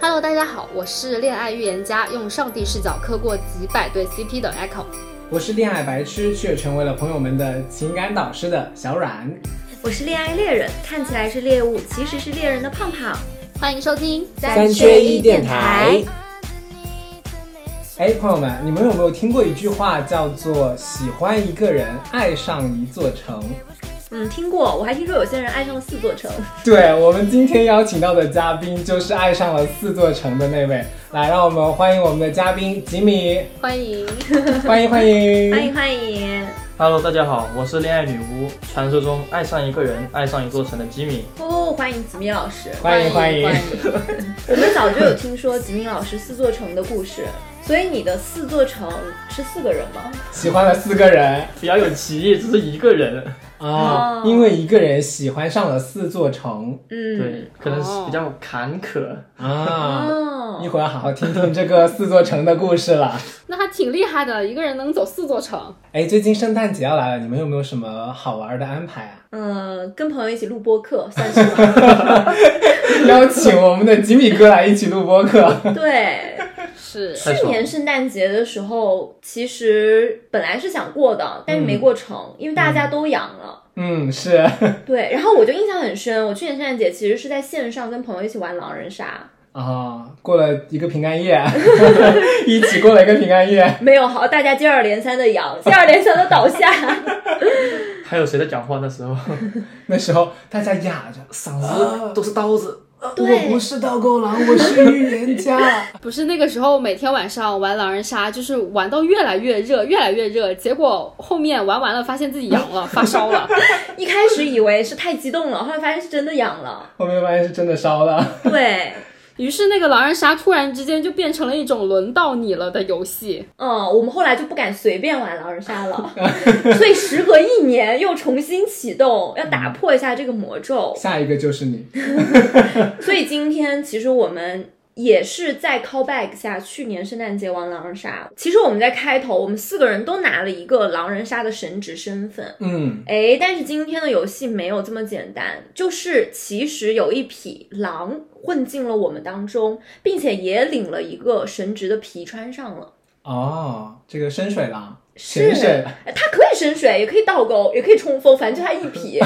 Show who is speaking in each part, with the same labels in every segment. Speaker 1: Hello，大家好，我是恋爱预言家，用上帝视角磕过几百对 CP 的 Echo。
Speaker 2: 我是恋爱白痴，却成为了朋友们的情感导师的小阮。
Speaker 3: 我是恋爱猎人，看起来是猎物，其实是猎人的胖胖。
Speaker 1: 欢迎收听
Speaker 2: 三缺一电台。哎，朋友们，你们有没有听过一句话叫做“喜欢一个人，爱上一座城
Speaker 3: 嗯，听过，我还听说有些人爱上了四座城。”？
Speaker 2: 对我们今天邀请到的嘉宾就是爱上了四座城的那位。来，让我们欢迎我们的嘉宾吉 米，
Speaker 1: 欢迎，
Speaker 2: 欢迎欢迎。
Speaker 3: 欢迎欢迎！
Speaker 4: Hello，大家好，我是恋爱女巫，传说中爱上一个人、爱上一座城的吉米。
Speaker 3: 哦，欢迎吉米老师。
Speaker 2: 欢迎欢迎
Speaker 1: 迎。
Speaker 3: 我们早就有听说吉米老师四座城的故事，所以你的四座城是四个人吗？
Speaker 2: 喜欢了四个人
Speaker 4: 比较有歧义，只是一个人，
Speaker 2: 啊，
Speaker 3: 哦
Speaker 2: 因为一个人喜欢上了四座城
Speaker 3: 嗯，
Speaker 4: 对，可能
Speaker 2: 哦
Speaker 4: 是比较坎坷。
Speaker 2: 啊。一
Speaker 3: 哦，
Speaker 2: 会儿好好听听这个四座城的故事了。
Speaker 1: 那还挺厉害的，一个人能走四座城。
Speaker 2: 哎，最近圣诞节要来了，你们有没有什么好玩的安排啊？
Speaker 3: 嗯，跟朋友一起录播课算是 吗？
Speaker 2: 邀请我们的吉米哥来一起录播 客。
Speaker 3: 对，
Speaker 1: 是
Speaker 4: 太
Speaker 3: 去
Speaker 4: 爽了
Speaker 3: 年圣诞节的时候，其实本来是想过的，但是
Speaker 4: 嗯
Speaker 3: 没过成，因为大家都阳了。
Speaker 2: 嗯，是
Speaker 3: 对，然后我就印象很深，我去年圣诞节其实是在线上跟朋友一起玩狼人杀，
Speaker 2: 啊，过了一个平安夜，一起过了一个平安夜。
Speaker 3: 没有好，大家接二连三的阳，接二连三的倒下，
Speaker 4: 还有谁在讲话那时候，
Speaker 2: 那时候大家哑着，
Speaker 4: 嗓子都是刀子。
Speaker 3: 对
Speaker 2: 是导购狼，我是预言家。
Speaker 1: 不是那个时候每天晚上玩狼人杀，就是玩到越来越热，越来越热，结果后面玩完了发现自己阳了，发烧 了。
Speaker 3: 一开始以为是太激动了，后来发现是真的阳了。
Speaker 2: 后面发现是真的烧了。
Speaker 3: 对，
Speaker 1: 于是那个狼人杀突然之间就变成了一种轮到你了的游戏。
Speaker 3: 嗯，我们后来就不敢随便玩狼人杀了，所以时隔一年又重新启动，要打破一下这个魔咒。
Speaker 2: 下一个就是你，
Speaker 3: 所以今天其实我们也是在 callback 下去年圣诞节玩狼人杀。其实我们在开头，我们四个人都拿了一个狼人杀的神职身份。
Speaker 2: 嗯，
Speaker 3: 哎，但是今天的游戏没有这么简单，就是其实有一匹狼混进了我们当中，并且也领了一个神职的皮穿上了。
Speaker 2: 哦，这个深水狼，
Speaker 3: 是
Speaker 2: 潜水，
Speaker 3: 哎它可以深水，也可以倒钩，也可以冲锋，反正就它一匹，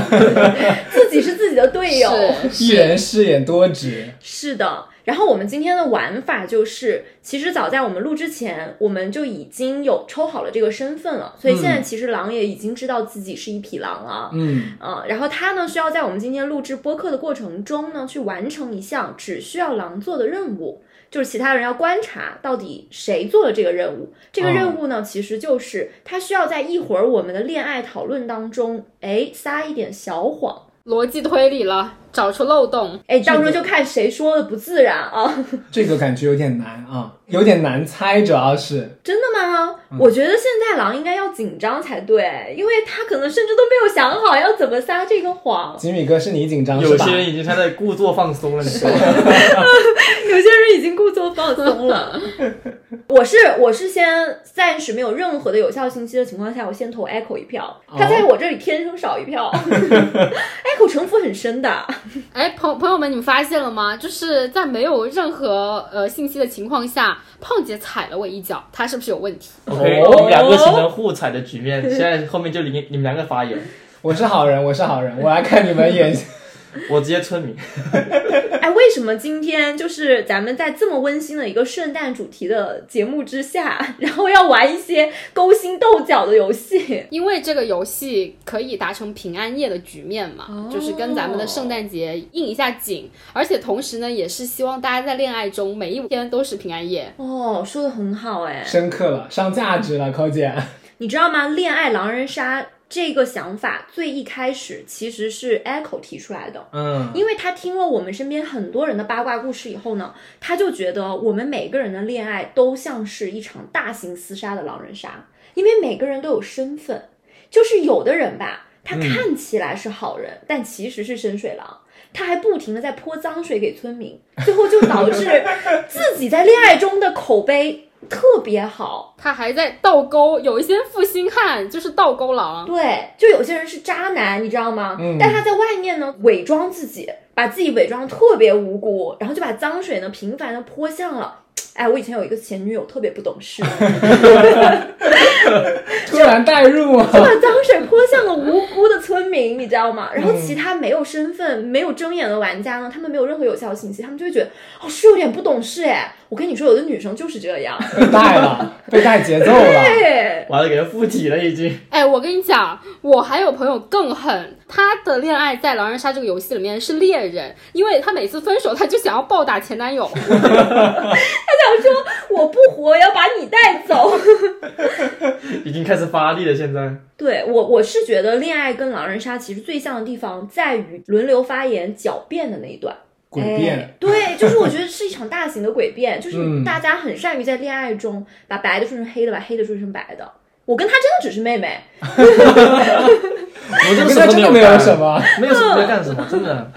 Speaker 3: 自己是自己的队友。
Speaker 1: 是
Speaker 2: 一人饰演多职。
Speaker 3: 是的，然后我们今天的玩法就是，其实早在我们录之前，我们就已经有抽好了这个身份了，所以现在其实狼也已经知道自己是一匹狼了。
Speaker 2: 嗯，
Speaker 3: 嗯，然后他呢需要在我们今天录制播客的过程中呢，去完成一项只需要狼做的任务，就是其他人要观察到底谁做了这个任务。这个任务呢，其实就是他需要在一会儿我们的恋爱讨论当中，哎，撒一点小谎，
Speaker 1: 逻辑推理了，找出漏洞。
Speaker 3: 哎，到时候就看谁说的不自然啊。
Speaker 2: 这个感觉有点难啊，有点难猜，主要是。
Speaker 3: 真的吗？我觉得现在狼应该要紧张才对，因为他可能甚至都没有想好要怎么撒这个谎。
Speaker 2: 吉米哥是你紧张
Speaker 4: 有
Speaker 2: 哦是吧？
Speaker 4: 些人已经他在故作放松了，你知道吗？
Speaker 3: 有些人已经故作放松了。我是我是先暂时没有任何的有效信息的情况下，我先投 Echo 一票，他在我这里天生少一票。Echo 城府很深的，
Speaker 1: 哎，朋朋友们，你们发现了吗？就是在没有任何呃信息的情况下，胖姐踩了我一脚，她是不是有问题？
Speaker 4: OK，
Speaker 2: 哦
Speaker 4: 你们两个形成互踩的局面，现在后面就你你们两个发言，
Speaker 2: 我是好人，我是好人，我来看你们演。
Speaker 4: 我直接村民。
Speaker 3: 哎，为什么今天就是咱们在这么温馨的一个圣诞主题的节目之下，然后要玩一些勾心斗角的游戏？
Speaker 1: 因为这个游戏可以达成平安夜的局面嘛，就是跟咱们的圣诞节应一下景，而且同时呢，也是希望大家在恋爱中每一天都是平安夜。
Speaker 3: 哦，说的很好哎，
Speaker 2: 深刻了，上价值了，寇姐。
Speaker 3: 你知道吗？恋爱狼人杀这个想法最一开始其实是 Echo 提出来的，
Speaker 2: 嗯，
Speaker 3: 因为他听了我们身边很多人的八卦故事以后呢，他就觉得我们每个人的恋爱都像是一场大型厮杀的狼人杀，因为每个人都有身份，就是有的人吧，他看起来是好人，但其实是深水狼。他还不停的在泼脏水给村民，最后就导致自己在恋爱中的口碑特别好。
Speaker 1: 他还在倒钩，有一些负心汉就是倒钩狼，
Speaker 3: 对，就有些人是渣男，你知道吗？
Speaker 2: 嗯
Speaker 3: 但他在外面呢伪装自己，把自己伪装得特别无辜，然后就把脏水呢频繁的泼向了。哎，我以前有一个前女友特别不懂事，
Speaker 2: 突然带入 啊，
Speaker 3: 就把脏水泼向了无辜的村民，你知道吗？然后其他没有身份、没有睁眼的玩家呢，他们没有任何有效信息，他们就会觉得哦，是有点不懂事哎。我跟你说，有的女生就是这样，
Speaker 2: 被带了，被带节奏了，
Speaker 3: 对，
Speaker 4: 完了给人附体了已经。
Speaker 1: 哎，我跟你讲，我还有朋友更狠，他的恋爱在狼人杀这个游戏里面是猎人，因为他每次分手他就想要暴打前男友，
Speaker 3: 想说我不活，我要把你带走。
Speaker 4: 已经开始发力了，现在
Speaker 3: 对我，我是觉得恋爱跟狼人杀其实最像的地方在于轮流发言、狡辩的那一段。
Speaker 2: 诡
Speaker 3: 哎
Speaker 2: 辩，。
Speaker 3: 对，就是我觉得是一场大型的诡辩，就是
Speaker 2: 嗯
Speaker 3: 大家很善于在恋爱中把白的说成黑的，把黑的说成白的。我跟他真的只是妹妹，
Speaker 4: 我
Speaker 2: 我
Speaker 4: 这个
Speaker 2: 跟他
Speaker 4: 什么都
Speaker 2: 真的
Speaker 4: 没
Speaker 2: 没有
Speaker 4: 有干
Speaker 2: 什，么，
Speaker 4: 没有什么在干什么，真的，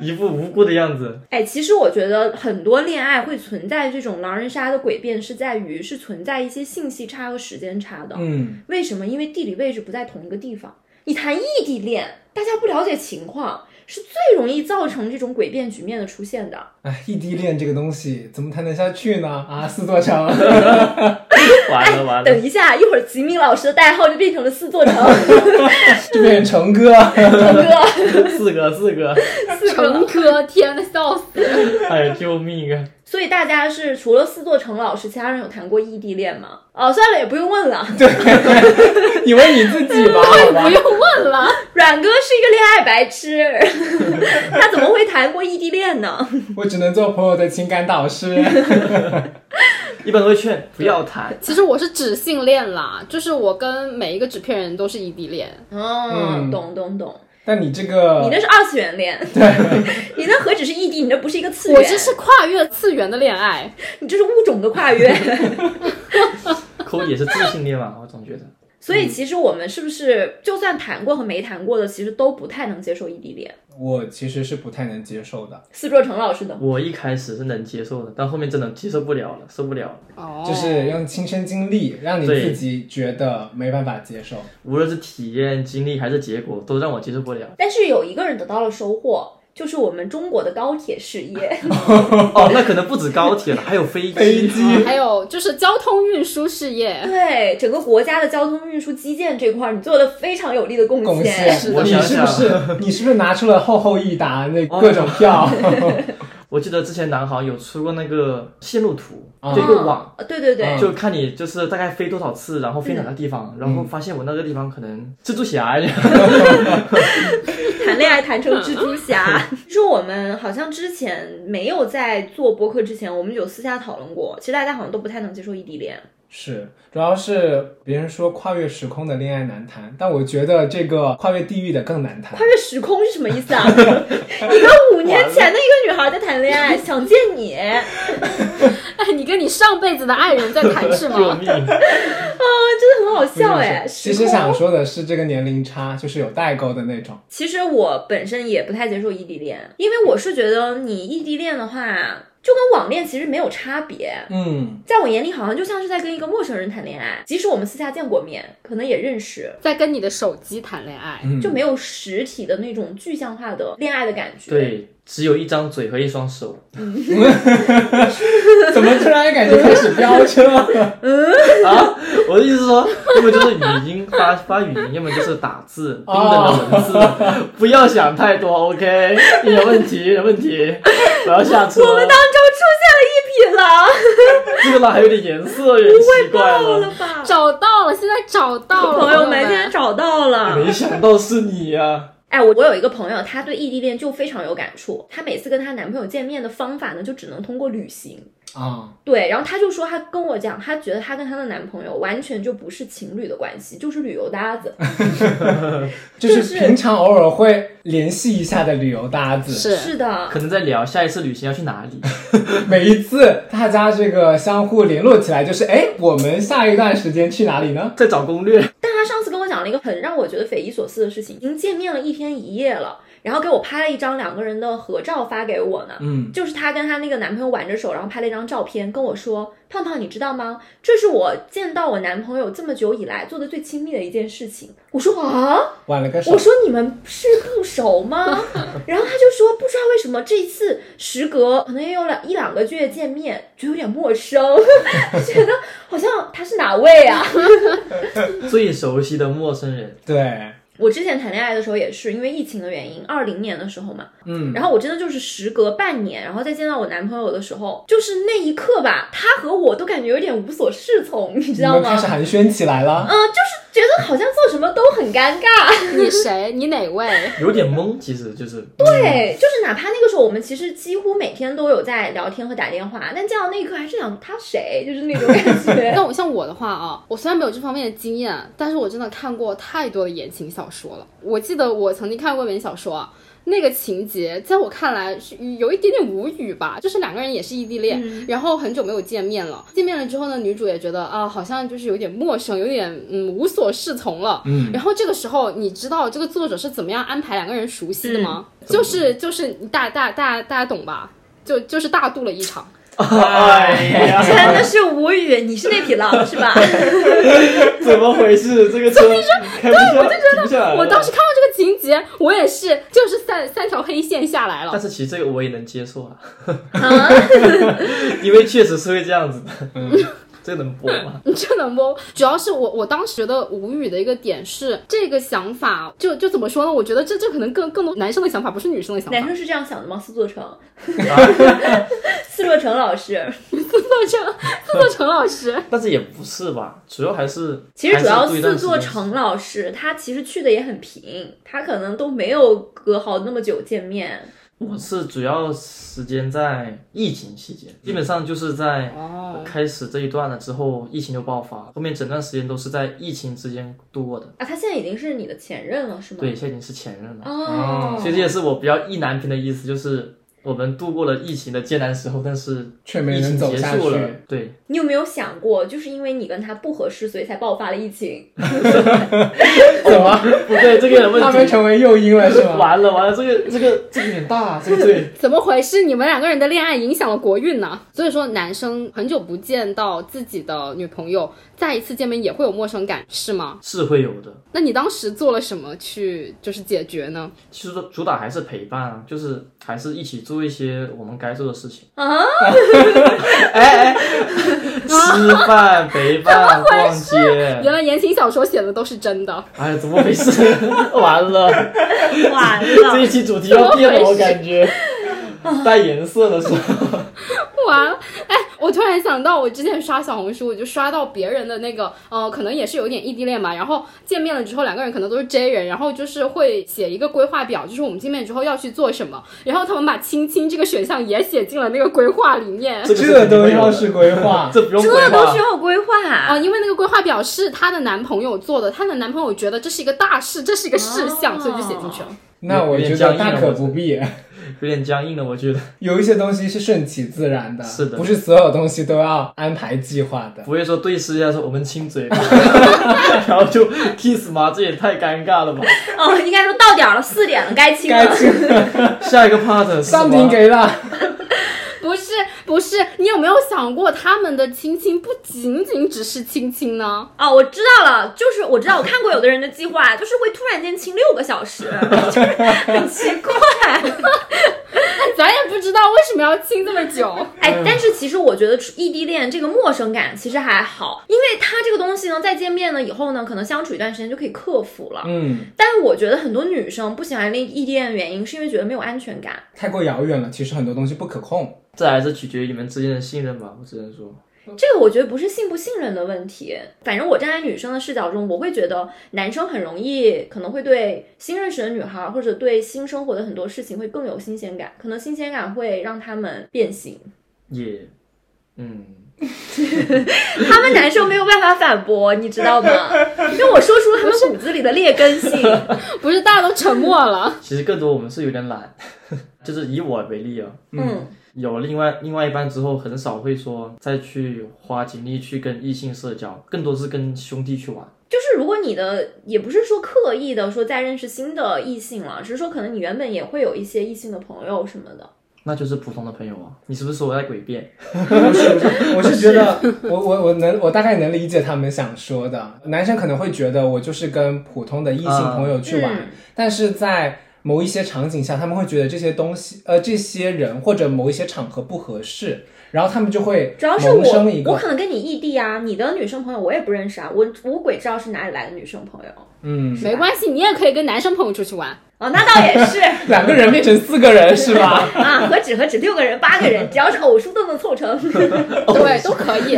Speaker 4: 一副无辜的样子。
Speaker 3: 哎，其实我觉得很多恋爱会存在这种狼人杀的诡辩，是在于是存在一些信息差和时间差的。
Speaker 2: 嗯，
Speaker 3: 为什么？因为地理位置不在同一个地方，你谈异地恋，大家不了解情况，是最容易造成这种诡辩局面的出现的。
Speaker 2: 哎，异地恋这个东西怎么谈得下去呢？啊，四座城，
Speaker 4: 完了
Speaker 2: 哎
Speaker 4: 完了，
Speaker 3: 等一下，一会儿吉米老师的代号就变成了四座城，
Speaker 2: 这边成哥，
Speaker 3: 成哥，
Speaker 4: 四个四个，
Speaker 3: 四个。
Speaker 1: 陈哥，天呐，笑死！
Speaker 4: 哎呀救命啊！
Speaker 3: 所以大家是除了四座城老师，其他人有谈过异地恋吗？哦，算了，也不用问了。
Speaker 2: 你问你自己吧，好吧
Speaker 1: 不？用问了，
Speaker 3: 阮哥是一个恋爱白痴， 他怎么会谈过异地恋呢？
Speaker 2: 我只能做朋友的情感导师。
Speaker 4: 一般都会劝不要谈，
Speaker 1: 其实我是纸性恋啦，就是我跟每一个纸片人都是异地恋，
Speaker 3: 哦，
Speaker 2: 嗯呃
Speaker 3: 懂懂懂，
Speaker 2: 但你这个，
Speaker 3: 你那是二次元恋， 你那何止是异地，你那不是一个次元，
Speaker 1: 我这是跨越次元的恋爱。
Speaker 3: 你这是物种的跨越。
Speaker 4: 可也是自信恋吧，我总觉得。
Speaker 3: 所以其实我们是不是就算谈过和没谈过的，其实都不太能接受异地恋？
Speaker 2: 我其实是不太能接受的，
Speaker 3: 四座城老师呢？
Speaker 4: 我一开始是能接受的，但后面真的接受不了了，受不了了。
Speaker 1: 哦
Speaker 2: 就是用亲身经历让你
Speaker 4: 对
Speaker 2: 自己觉得没办法接受。
Speaker 4: 无论是体验、经历还是结果，都让我接受
Speaker 3: 。
Speaker 4: 不了
Speaker 3: 但是有一个人得到了收获，就是我们中国的高铁事业。
Speaker 4: 哦，那可能不止高铁了，还有飞机。
Speaker 2: 飞机
Speaker 1: 嗯还有就是交通运输事业，
Speaker 3: 对整个国家的交通运输基建这块儿，你做了非常有力的贡
Speaker 2: 贡
Speaker 3: 献。啊
Speaker 2: 献，
Speaker 1: 是
Speaker 4: 的
Speaker 2: 你是不是你是不是拿出了厚厚一沓那各种票？
Speaker 4: 我记得之前南航有出过那个线路图，
Speaker 2: 啊
Speaker 4: 就一个网，
Speaker 3: 啊对对对，
Speaker 2: 嗯
Speaker 4: 就看你就是大概飞多少次，然后飞哪个地方，然后发现我那个地方可能蜘蛛侠一样。
Speaker 3: 谈恋爱谈成蜘蛛侠。 说我们好像之前没有在做播客之前，我们有私下讨论过，其实大家好像都不太能接受异地恋。
Speaker 2: 嗯是，主要是别人说跨越时空的恋爱难谈，但我觉得这个跨越地域的更难谈
Speaker 3: 跨。越时空是什么意思啊？你跟五年前的一个女孩在谈恋爱，想见你，
Speaker 1: 哎，你跟你上辈子的爱人在谈是
Speaker 4: 救
Speaker 1: 吗？
Speaker 4: 命！
Speaker 3: 真的很好笑哎。
Speaker 2: 其
Speaker 3: 时
Speaker 2: 实想
Speaker 3: 空，
Speaker 2: 说的是这个年龄差，就是有代沟的那种。
Speaker 3: 其实我本身也不太接受异地恋，因为我是觉得你异地恋的话，就跟网恋其实没有差别。
Speaker 2: 嗯，
Speaker 3: 在我眼里，好像就像是在跟一个陌生人谈恋爱，即使我们私下见过面，可能也认识，
Speaker 1: 在跟你的手机谈恋爱，
Speaker 2: 嗯
Speaker 3: 就没有实体的那种具象化的恋爱的感觉。，
Speaker 4: 对，只有一张嘴和一双手，
Speaker 2: 怎么突然感觉开始飙车 了？
Speaker 4: 啊， 我的意思是说，要么就是语音发发语音，要么就是打字，冰冷的文字，不要想太多，OK？你有问题，有问题，我要下车。
Speaker 3: 我们当中出现了一匹狼，
Speaker 4: 这个狼还有点颜色，有点奇怪
Speaker 3: 到
Speaker 4: 了
Speaker 3: 了。吧？
Speaker 1: 找到了，现在找到了，
Speaker 3: 朋友们，
Speaker 1: 们
Speaker 3: 现在找到了。
Speaker 4: 没想到是你啊呀、
Speaker 3: 哎，我我有一个朋友，她对异地恋就非常有感触。她每次跟她男朋友见面的方法呢，就只能通过旅行。
Speaker 2: 啊，
Speaker 3: 对，然后她就说，她跟我讲，她觉得她跟她的男朋友完全就不是情侣的关系，就是旅游搭子。
Speaker 2: 就是平常偶尔会联系一下的旅游搭子。
Speaker 1: 是
Speaker 3: 是的，
Speaker 4: 可能在聊下一次旅行要去哪里。
Speaker 2: 每一次大家这个相互联络起来，就是哎，我们下一段时间去哪里呢？
Speaker 4: 在找攻略，
Speaker 3: 但她上次跟我讲了一个很让我觉得匪夷所思的事情，已经见面了一天一夜了，然后给我拍了一张两个人的合照发给我呢。
Speaker 4: 嗯，
Speaker 3: 就是她跟她那个男朋友挽着手，然后拍了一张照片，跟我说：“胖胖，你知道吗？这是我见到我男朋友这么久以来做的最亲密的一件事情。”我说：“啊，
Speaker 2: 挽了个手
Speaker 3: 我，说你们是不熟吗？” 然后她就说：“不知道为什么这一次时隔可能也有两一两个月见面，就有点陌生， 就觉得好像他是哪位 啊？”
Speaker 4: 最熟悉的陌生人，
Speaker 2: 对，
Speaker 3: 我之前谈恋爱的时候也是因为疫情的原因，二零年的时候嘛，
Speaker 2: 嗯，
Speaker 3: 然后我真的就是时隔半年，然后再见到我男朋友的时候，就是那一刻吧，他和我都感觉有点无所适从，你知
Speaker 2: 你
Speaker 3: 道
Speaker 2: 们
Speaker 3: 吗？
Speaker 2: 开始
Speaker 3: 嗯、
Speaker 2: 寒暄起来了，
Speaker 3: 就是觉得好像做什么都很尴尬。
Speaker 1: 你谁？你哪位？
Speaker 4: 有点懵，其实就是
Speaker 3: 嗯对，就是哪怕那个时候我们其实几乎每天都有在聊天和打电话，但见到那一刻还是想他谁，就是那种感 觉。
Speaker 1: 那我像我的话啊，我虽然没有这方面的经验，但是我真的看过太多的言情小说了。我记得我曾经看过一本小说啊，那个情节在我看来是有一点点无语吧，就是两个人也是异地恋，然后很久没有见面了。见面了之后呢，女主也觉得啊，好像就是有点陌生，有点嗯无所适从了。
Speaker 2: 嗯
Speaker 1: 然后这个时候，你知道这个作者是怎么样安排两个人熟悉的吗？就是就是大大大大家懂吧？就就是大度了一场。
Speaker 4: 哎呀，
Speaker 3: 真的是无语，你是那匹狼是吧？
Speaker 4: 怎么回事？这个车开不下，停不下 来了。
Speaker 1: 我当时看到这个情节，我也是，就是三三条黑线下来
Speaker 4: 但
Speaker 1: 了。
Speaker 4: 是其实这个我也能接受啊，
Speaker 3: 啊，
Speaker 4: 因为确实是会这样子的。
Speaker 2: 嗯
Speaker 4: 这个能播吗？
Speaker 1: 你这能懵？主要是我我当时觉得无语的一个点是，这个想法就就怎么说呢？我觉得这这可能更更多男生的想法，不是女生的想
Speaker 3: 男
Speaker 1: 法。
Speaker 3: 生是这样想的吗？四座城， 四座城老师。
Speaker 1: 作者 作者陈老师，
Speaker 4: 但是也不是吧，主要还是
Speaker 3: 其实主要
Speaker 4: 还是对一段
Speaker 3: 四
Speaker 4: 时间
Speaker 3: 座城老师他其实去的也很频，他可能都没有隔好那么久见面。
Speaker 4: 我是主要时间在疫情期
Speaker 3: 嗯
Speaker 4: 间，基本上就是在
Speaker 1: 哦
Speaker 4: 开始这一段了之后，疫情就爆发，后面整段时间都是在疫情之间度过的。
Speaker 3: 啊，他现在已经是你的前任了，是吗？
Speaker 4: 对，，现在已经是前任了。
Speaker 3: 哦，
Speaker 4: 其实也是我比较意难平的意思，就是我们度过了疫情的艰难时候，但是
Speaker 2: 却没
Speaker 4: 疫
Speaker 2: 人
Speaker 4: 情
Speaker 2: 走
Speaker 4: 结
Speaker 2: 下去
Speaker 4: 束了，对，
Speaker 3: 你有没有想过，就是因为你跟他不合适，所以才爆发了疫 情？
Speaker 2: 怎么
Speaker 4: 不对，这个有
Speaker 2: 他
Speaker 4: 问
Speaker 2: 们
Speaker 4: 题。
Speaker 2: 成为诱因了 是吗？
Speaker 4: 完了完了，这个这个这个有点大，这个对。
Speaker 1: 怎么回事？你们两个人的恋爱影响了国运呢？所以说，男生很久不见到自己的女朋友，再一次见面也会有陌生感，是吗？
Speaker 4: 是会有的。
Speaker 1: 那你当时做了什么去就是解决呢？
Speaker 4: 其实主打还是陪伴啊，就是还是一起做一些我们该做的事情， 哎
Speaker 3: 啊，
Speaker 4: 吃饭、陪伴、逛
Speaker 3: 嗯
Speaker 4: 街。
Speaker 1: 原来言情小说写的都是真的。
Speaker 4: 哎呀，怎么回事？ 完了，
Speaker 3: 完
Speaker 4: 这一
Speaker 3: 了！
Speaker 4: 期主题要变了，我感觉。带颜色的是吧，
Speaker 3: 啊
Speaker 1: 完了，哎，我突然想到，我之前刷小红书，我就刷到别人的那个，呃，可能也是有点异地恋吧。然后见面了之后，两个人可能都是 J 人，然后就是会写一个规划表，就是我们见面之后要去做什么。然后他们把亲亲这个选项也写进了那个规划里面。
Speaker 4: 这个是
Speaker 2: 这都
Speaker 4: 肯定会有的
Speaker 2: 要是规划
Speaker 4: ，这不用规
Speaker 3: 这都
Speaker 4: 划
Speaker 3: 需，要规划
Speaker 1: 啊、。因为那个规划表是她的男朋友做的，她的男朋友觉得这是一个大事，这是一个事项，
Speaker 3: 哦
Speaker 1: 所以就写进去了。
Speaker 2: 那我觉
Speaker 4: 有点僵
Speaker 2: 得
Speaker 4: 硬
Speaker 2: 大
Speaker 4: 了
Speaker 2: 可不必。
Speaker 4: 有点僵硬了，我觉得
Speaker 2: 有一些东西是顺其自然的，
Speaker 4: 是的
Speaker 2: 不是所有东西都要安排计划 的。
Speaker 4: 不会说对视一下说我们亲嘴吧， 然后就 kiss 吗？这也太尴尬了吧！
Speaker 3: 哦，应该说到点儿了，四点了，该亲
Speaker 2: 该
Speaker 3: 了。
Speaker 2: 去
Speaker 4: 下一个 part 是什
Speaker 2: 上
Speaker 4: 么
Speaker 2: 庭？给了，
Speaker 1: 不是不是，你有没有想过，他们的亲亲不仅仅只是亲亲呢？
Speaker 3: 哦，我知道了，就是我知道，我看过有的人的计划，就是会突然间亲六个小时， 就是很奇怪。
Speaker 1: 咱也不知道为什么要亲这么久。
Speaker 2: 嗯
Speaker 3: 哎，但是其实我觉得异地恋这个陌生感其实还好，因为它这个东西呢，再见面了以后呢，可能相处一段时间就可以克服了。
Speaker 2: 嗯，
Speaker 3: 但是我觉得很多女生不喜欢恋异地恋的原因，是因为觉得没有安全感。
Speaker 2: 太过遥远了，其实很多东西不可控。
Speaker 4: 这还是取决于你们之间的信任吧，我只能说。
Speaker 3: 这个我觉得不是信不信任的问题，反正我站在女生的视角中，我会觉得男生很容易可能会对新认识的女孩或者对新生活的很多事情会更有新鲜感，可能新鲜感会让他们变形。
Speaker 4: 也，嗯，
Speaker 3: 他们男生没有办法反驳，你知道吗？因为我说出了他们骨子里的劣根性。
Speaker 1: 不是，大家都沉默了。
Speaker 4: 其实更多我们是有点懒， 就是以我为例啊、
Speaker 3: 嗯，
Speaker 4: 有另外另外一半之后，很少会说再去花精力去跟异性社交，更多是跟兄弟去玩。
Speaker 3: 就是如果你的也不是说刻意的说在认识新的异性了，只是说可能你原本也会有一些异性的朋友什么的。
Speaker 4: 那就是普通的朋友啊。你是不是说我在诡辩？
Speaker 2: 我是觉得，我我我能，我大概能理解他们想说的。男生可能会觉得我就是跟普通的异性朋友去玩，
Speaker 3: 嗯
Speaker 2: 但是在某一些场景下，他们会觉得这些东西，呃，这些人或者某一些场合不合适，然后他们就会
Speaker 3: 主要是
Speaker 2: 萌生一
Speaker 3: 我，我
Speaker 2: 个，
Speaker 3: 可能跟你异地啊，你的女生朋友我也不认识啊，我我鬼知道是哪里来的女生朋友
Speaker 2: 嗯，
Speaker 1: 没关系，你也可以跟男生朋友出去玩。
Speaker 3: 哦，那倒也 是
Speaker 2: 两个人变成四个人是 吧？
Speaker 3: 啊，何止何止，六个人、八个人，只要是偶数都能凑成。
Speaker 1: 对，都可以。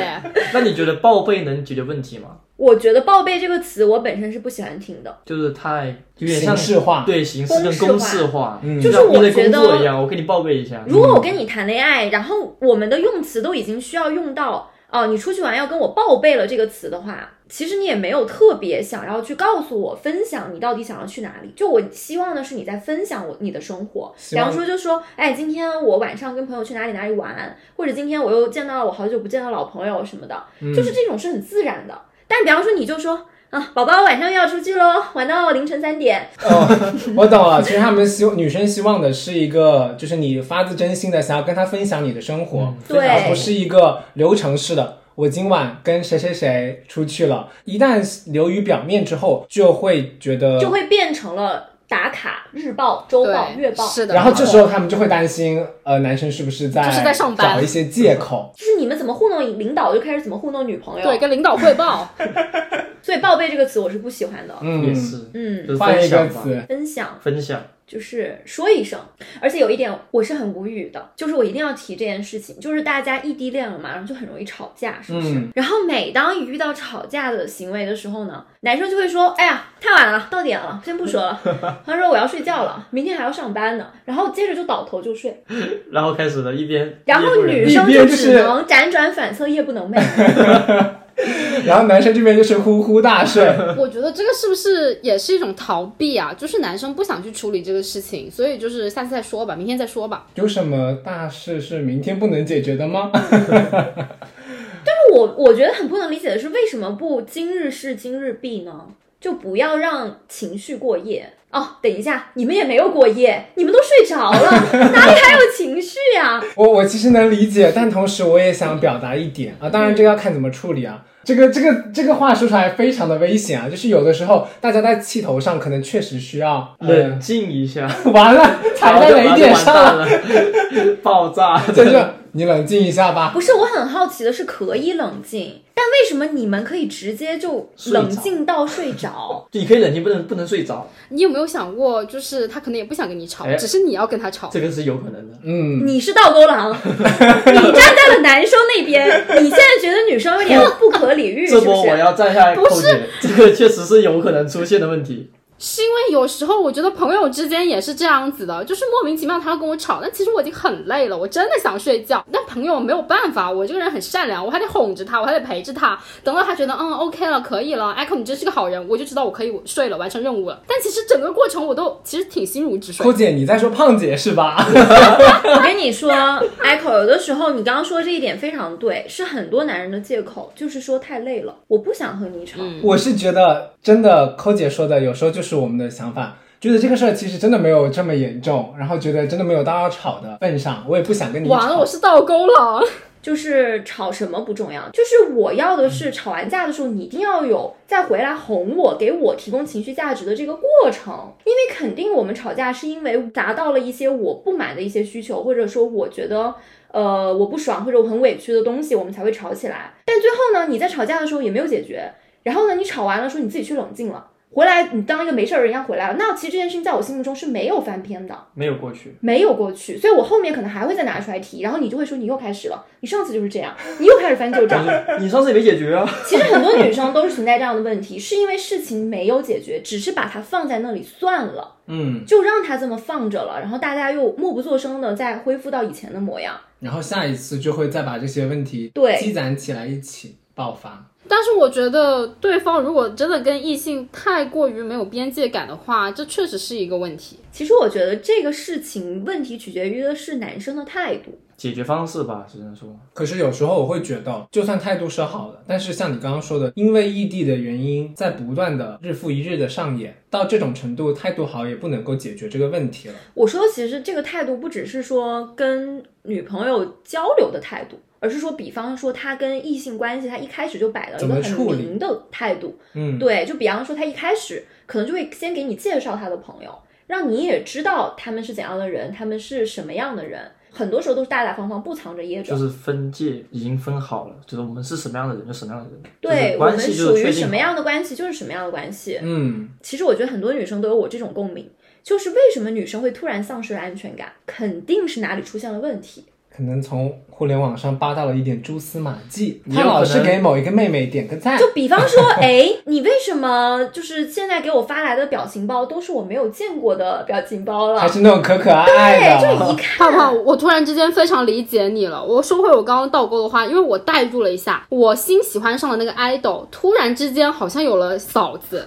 Speaker 4: 那你觉得报备能解决问题吗？
Speaker 3: 我觉得“报备”这个词，我本身是不喜欢听的。
Speaker 4: 就是太有点
Speaker 2: 形
Speaker 4: 像
Speaker 2: 式化，
Speaker 4: 对形式跟公
Speaker 3: 公
Speaker 4: 式
Speaker 3: 式
Speaker 4: 化，
Speaker 2: 嗯
Speaker 3: 就
Speaker 4: 就
Speaker 3: 是
Speaker 4: 像
Speaker 3: 我
Speaker 4: 类
Speaker 3: 觉
Speaker 4: 工
Speaker 3: 得
Speaker 4: 作一样，我给你报备一下。
Speaker 3: 如果我跟你谈恋爱，然后我们的用词都已经需要用到哦，你出去玩要跟我报备了这个词的话，其实你也没有特别想要去告诉我分享你到底想要去哪里。就我希望的是你在分享我你的生活，
Speaker 2: 希
Speaker 3: 比
Speaker 2: 望
Speaker 3: 方说就说，哎，今天我晚上跟朋友去哪里哪里玩，或者今天我又见到了我好久不见的老朋友什么的，
Speaker 2: 嗯
Speaker 3: 就是这种是很自然的。但比方说你就说。啊，宝宝晚上又要出去喽，玩到凌晨三点。
Speaker 2: 哦， 我懂了。其实他们希女生希望的是一个，就是你发自真心的想要跟她分享你的生活，
Speaker 4: 嗯
Speaker 3: 对
Speaker 2: 而不是一个流程式的。我今晚跟谁谁谁出去了，一旦流于表面之后，就会觉得
Speaker 3: 就会变成了打卡、日报、周报、
Speaker 1: 对
Speaker 3: 月报，
Speaker 1: 是的。
Speaker 2: 然后这时候他们就会担心，呃，男生是不是在
Speaker 1: 就是在上班
Speaker 2: 找一些借口？
Speaker 3: 就是你们怎么糊弄领导，就开始怎么糊弄女朋友。
Speaker 1: 对，，跟领导汇报。
Speaker 3: 所以“报备”这个词我是不喜欢的。
Speaker 2: 嗯，
Speaker 4: 也是，
Speaker 3: 嗯，
Speaker 4: 就是
Speaker 2: 换
Speaker 4: 分
Speaker 2: 一个
Speaker 4: 享吧，
Speaker 2: 词，
Speaker 3: 分享
Speaker 4: 分享。
Speaker 3: 就是说一声，而且有一点我是很无语的，就是我一定要提这件事情，就是大家异地恋了嘛，然后就很容易吵架，是不是？
Speaker 2: 嗯
Speaker 3: 然后每当一遇到吵架的行为的时候呢，男生就会说：“哎呀，太晚了，到点了，先不说了。” 他说：“我要睡觉了，明天还要上班呢。”然后接着就倒头就睡。
Speaker 4: 然后开始了一边，
Speaker 3: 然后女
Speaker 2: 一
Speaker 3: 生
Speaker 2: 边就
Speaker 3: 只
Speaker 2: 是
Speaker 3: 能辗转反侧，夜不能寐。
Speaker 2: 然后男生这边就是呼呼大睡，
Speaker 1: 我觉得这个是不是也是一种逃避啊？就是男生不想去处理这个事情，所以就是下次再说吧，明天再说吧。
Speaker 2: 有什么大事是明天不能解决的吗？
Speaker 3: 我我觉得很不能理解的是，为什么不今日事今日毕呢？就不要让情绪过夜哦。等一下，你们也没有过夜，你们都睡着了，哪里还有情绪啊？
Speaker 2: 我我其实能理解，但同时我也想表达一点啊，当然这个要看怎么处理啊。这个这个这个话说出来非常的危险啊，就是有的时候大家在气头上可能确实需要
Speaker 4: 冷静一下，
Speaker 2: 呃 完了踩在雷点上了，
Speaker 4: 了， 爆炸！
Speaker 2: 这 就你冷静一下吧。
Speaker 3: 不是，我很好奇的是，可以冷静，但为什么你们可以直接就冷静到睡 着？
Speaker 4: 你可以冷静，不能不能睡着，
Speaker 1: 你有没有想过，就是他可能也不想跟你吵
Speaker 4: 哎，
Speaker 1: 只是你要跟他吵。
Speaker 4: 这个是有可能的。
Speaker 2: 嗯，
Speaker 3: 你是倒钩狼，你站在了男生那边，你现在觉得女生有点不可理 喻，是
Speaker 4: 这
Speaker 3: 不
Speaker 4: 波
Speaker 3: 是
Speaker 4: 我？要站下来扣决，这个确实是有可能出现的问题。
Speaker 1: 是因为有时候我觉得朋友之间也是这样子的，就是莫名其妙他要跟我吵，但其实我已经很累了，我真的想睡觉。但朋友没有办法，我这个人很善良，我还得哄着他，我还得陪着他，等到他觉得嗯 OK 了，可以了，艾克你真是个好人，我就知道我可以睡了，完成任务了。但其实整个过程我都其实挺心如止水
Speaker 2: 郭。姐你在说胖姐是吧？
Speaker 3: 我跟你说，Echo，有的时候你刚刚说这一点非常对，是很多男人的借口，就是说太累了，我不想和你吵。
Speaker 2: 我是觉得真的，寇姐说的有时候就是我们的想法。觉得这个事儿其实真的没有这么严重，然后觉得真的没有到要吵的份上，我也不想跟你
Speaker 1: 完了，
Speaker 2: 吵
Speaker 1: 我。是倒钩了。
Speaker 3: 就是吵什么不重要，就是我要的是吵完架的时候，你一定要有再回来哄我，给我提供情绪价值的这个过程。因为肯定我们吵架是因为达到了一些我不满的一些需求，或者说我觉得。呃，我不爽或者我很委屈的东西，我们才会吵起来。但最后呢，你在吵架的时候也没有解决，然后呢，你吵完了说你自己去冷静了，回来你当一个没事儿人一样回来了，那其实这件事情在我心目中是没有翻篇的。
Speaker 4: 没有过去，
Speaker 3: 没有过去，所以我后面可能还会再拿出来提，然后你就会说你又开始了，你上次就是这样， 你又开始翻旧账。
Speaker 4: 你上次也没解决啊。
Speaker 3: 其实很多女生都是存在这样的问题，是因为事情没有解决，只是把它放在那里算了，
Speaker 2: 嗯，
Speaker 3: 就让它这么放着了，然后大家又默不作声的再恢复到以前的模样。
Speaker 2: 然后下一次就会再把这些问题
Speaker 3: 对
Speaker 2: 积攒起来一起爆发。
Speaker 1: 但是我觉得对方如果真的跟异性太过于没有边界感的话，这确实是一个问题。
Speaker 3: 其实我觉得这个事情问题取决于的是男生的态度。
Speaker 4: 解决方式吧，只能说
Speaker 2: 可是有时候我会觉得，就算态度是好的，但是像你刚刚说的，因为异地的原因，在不断的日复一日的上演，到这种程度，态度好也不能够解决这个问题了。
Speaker 3: 我说，其实这个态度不只是说跟女朋友交流的态度，而是说，比方说他跟异性关系，他一开始就摆了一
Speaker 2: 怎
Speaker 3: 个
Speaker 2: 么
Speaker 3: 很
Speaker 2: 处理
Speaker 3: 明的态度。
Speaker 2: 嗯，
Speaker 3: 对，就比方说他一开始可能就会先给你介绍他的朋友，让你也知道他们是怎样的人，他们是什么样的人。很多时候都是大大方方，不藏着掖着。
Speaker 4: 就是分界已经分好了，就是我们是什么样的人就什么样的人，就是
Speaker 3: 对我
Speaker 4: 关
Speaker 3: 们
Speaker 4: 系就
Speaker 3: 属
Speaker 4: 是确
Speaker 3: 于
Speaker 4: 定
Speaker 3: 什么
Speaker 4: 好
Speaker 3: 样的关系就是什么样的关系。
Speaker 2: 嗯，
Speaker 3: 其实我觉得很多女生都有我这种共鸣，就是为什么女生会突然丧失了安全感，肯定是哪里出现了问题。
Speaker 2: 可能从互联网上扒到了一点蛛丝马迹，
Speaker 4: 也有
Speaker 2: 他老是
Speaker 4: 可能
Speaker 2: 给某一个妹妹点个赞，
Speaker 3: 就比方说， 哎，你为什么就是现在给我发来的表情包都是我没有见过的表情包 了
Speaker 2: 还？是那种可可爱爱
Speaker 3: 对，
Speaker 2: 的，
Speaker 3: 就一
Speaker 1: 泡
Speaker 3: 看，
Speaker 1: 泡，我突然之间非常理解你了。我说回我刚刚倒钩的话，因为我代入了一下，我新喜欢上的那个 idol，突然之间好像有了嫂 子，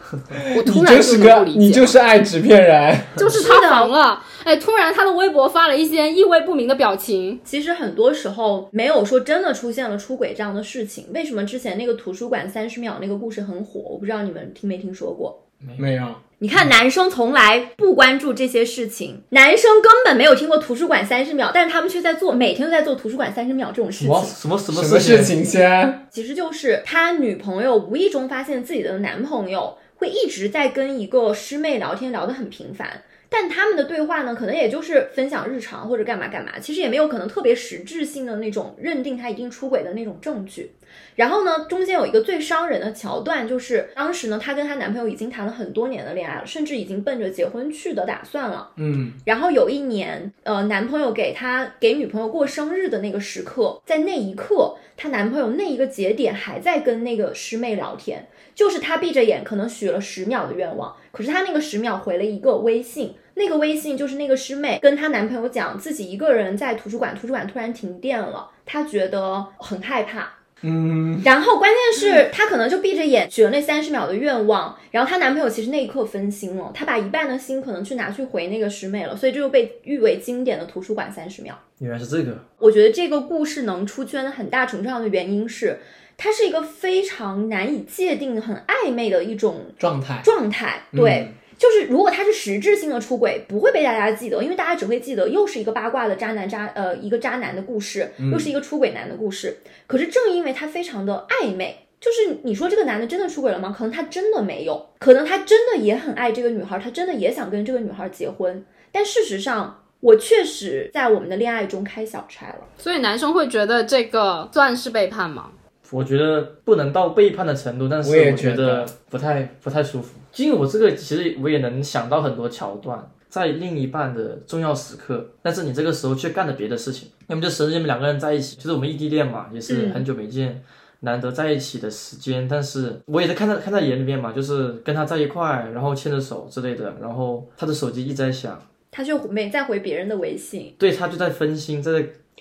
Speaker 1: 我
Speaker 2: 你
Speaker 1: 突然就
Speaker 2: 就
Speaker 1: 是能够
Speaker 2: 个，
Speaker 1: 理解，
Speaker 2: 你就是爱纸片人。
Speaker 1: 就是塌房了。哎，突然他的微博发了一些意味不明的表情，
Speaker 3: 其实很多时候没有说真的出现了出轨这样的事情。为什么之前那个图书馆三十秒那个故事很火？我不知道你们听没听说过。
Speaker 2: 没有，
Speaker 3: 你看，男生从来不关注这些事情，男生根本没有听过图书馆三十秒，但是他们却在做，每天都在做图书馆三十秒这种事
Speaker 4: 什么
Speaker 3: 情。
Speaker 4: 什么什么
Speaker 2: 什么事
Speaker 4: 情？
Speaker 2: 情先？
Speaker 3: 其实就是他女朋友无意中发现自己的男朋友会一直在跟一个师妹聊天，聊得很频繁。但他们的对话呢，可能也就是分享日常或者干嘛干嘛，其实也没有可能特别实质性的那种认定他一定出轨的那种证据。然后呢，中间有一个最伤人的桥段，就是当时呢，她跟她男朋友已经谈了很多年的恋爱了，甚至已经奔着结婚去的打算了。
Speaker 2: 嗯，
Speaker 3: 然后有一年，呃，男朋友给她给女朋友过生日的那个时刻，在那一刻，她男朋友那一个节点还在跟那个师妹聊天，就是她闭着眼可能许了十秒的愿望，可是她那个十秒回了一个微信，那个微信就是那个师妹跟她男朋友讲自己一个人在图书馆，图书馆突然停电了，她觉得很害怕，
Speaker 2: 嗯，
Speaker 3: 然后关键是她可能就闭着眼许了那三十秒的愿望，然后她男朋友其实那一刻分心了，她把一半的心可能去拿去回那个师妹了，所以这就被誉为经典的图书馆三十秒。
Speaker 4: 原来是这个，
Speaker 3: 我觉得这个故事能出圈，很大程度上的原因是，它是一个非常难以界定、很暧昧的一种
Speaker 2: 状态。
Speaker 3: 状态。对，就是如果他是实质性的出轨，不会被大家记得，因为大家只会记得又是一个八卦的渣男渣呃一个渣男的故事，又是一个出轨男的故事。可是正因为他非常的暧昧。就是你说这个男的真的出轨了吗？可能他真的没有，可能他真的也很爱这个女孩，他真的也想跟这个女孩结婚。但事实上，我确实在我们的恋爱中开小差了。
Speaker 1: 所以男生会觉得这个算是背叛吗？
Speaker 4: 我觉得不能到背叛的程度，但是
Speaker 2: 我也
Speaker 4: 我觉
Speaker 2: 觉得
Speaker 4: 得不太不太舒服。因为我这个其实我也能想到很多桥段，在另一半的重要时刻，但是你这个时候却干了别的事情，要么就时间两个人在一起，就是我们异地恋嘛，也是
Speaker 3: 嗯
Speaker 4: 很久没见。难得在一起的时间，但是我也是看在看在眼里面嘛，就是跟他在一块，然后牵着手之类的，然后他的手机一直在响，
Speaker 3: 他却没再回别人的微信，
Speaker 4: 对他就在分心，在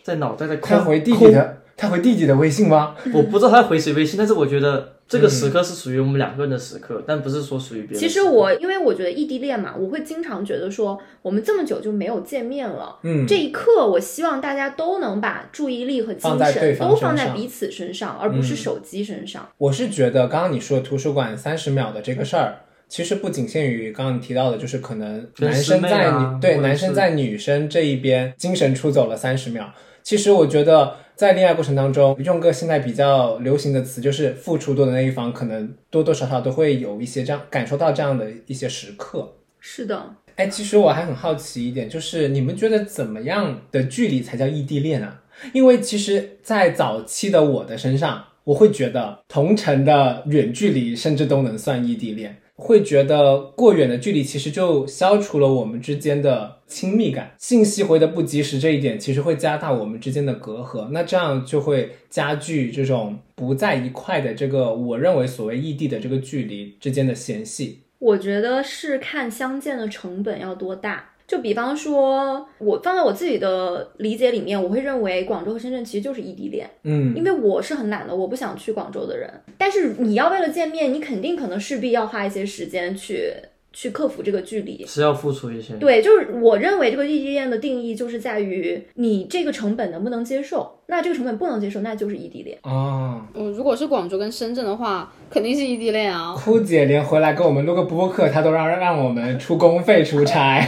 Speaker 4: 在脑袋在
Speaker 2: 他
Speaker 4: 空
Speaker 2: 回弟
Speaker 4: 空
Speaker 2: 弟的，他回弟弟的微信吗？
Speaker 4: 我不知道他回谁微信，但是我觉得这个时刻是属于我们两个人的时刻，但不是说属于别人的时
Speaker 3: 其
Speaker 4: 刻。
Speaker 3: 实我因为我觉得异地恋嘛，我会经常觉得说，我们这么久就没有见面了，
Speaker 2: 嗯，
Speaker 3: 这一刻我希望大家都能把注意力和精
Speaker 2: 放在对
Speaker 3: 神
Speaker 2: 方
Speaker 3: 都放
Speaker 2: 身
Speaker 3: 在
Speaker 2: 上嗯
Speaker 3: 彼此身上，而不是手机身上。
Speaker 2: 我是觉得刚刚你说图书馆三十秒的这个事儿，其实不仅限于刚刚你提到的，就是可能
Speaker 4: 跟
Speaker 2: 男
Speaker 4: 师
Speaker 2: 生
Speaker 4: 妹
Speaker 2: 在女、
Speaker 4: 啊或
Speaker 2: 对
Speaker 4: 者
Speaker 2: 男
Speaker 4: 是
Speaker 2: 生在女生这一边精神出走了三十秒。其实我觉得在恋爱过程当中，用个现在比较流行的词，就是付出多的那一方，可能多多少少都会有一些这样感受到这样的一些时刻。
Speaker 3: 是的，
Speaker 2: 哎，其实我还很好奇一点，就是你们觉得怎么样的距离才叫异地恋啊？因为其实，在早期的我的身上，我会觉得同城的远距离甚至都能算异地恋，会觉得过远的距离其实就消除了我们之间的亲密感，信息回的不及时这一点，其实会加大我们之间的隔阂，那这样就会加剧这种不在一块的这个我认为所谓异地的这个距离之间的嫌隙。
Speaker 3: 我觉得是看相见的成本要多大。就比方说，我放在我自己的理解里面，我会认为广州和深圳其实就是异地恋，
Speaker 2: 嗯
Speaker 3: 因为我是很懒的，我不想去广州的人。但是你要为了见面，你肯定可能势必要花一些时间去去克服这个距离。
Speaker 4: 是要付出一些。
Speaker 3: 对，就是我认为这个异地恋的定义就是在于你这个成本能不能接受，那这个成本不能接受，那就是异地恋。
Speaker 2: 啊，
Speaker 1: 嗯，如果是广州跟深圳的话，肯定是异地恋 啊。
Speaker 2: 哭姐连回来跟我们录个播客，她都让让我们出公费出差。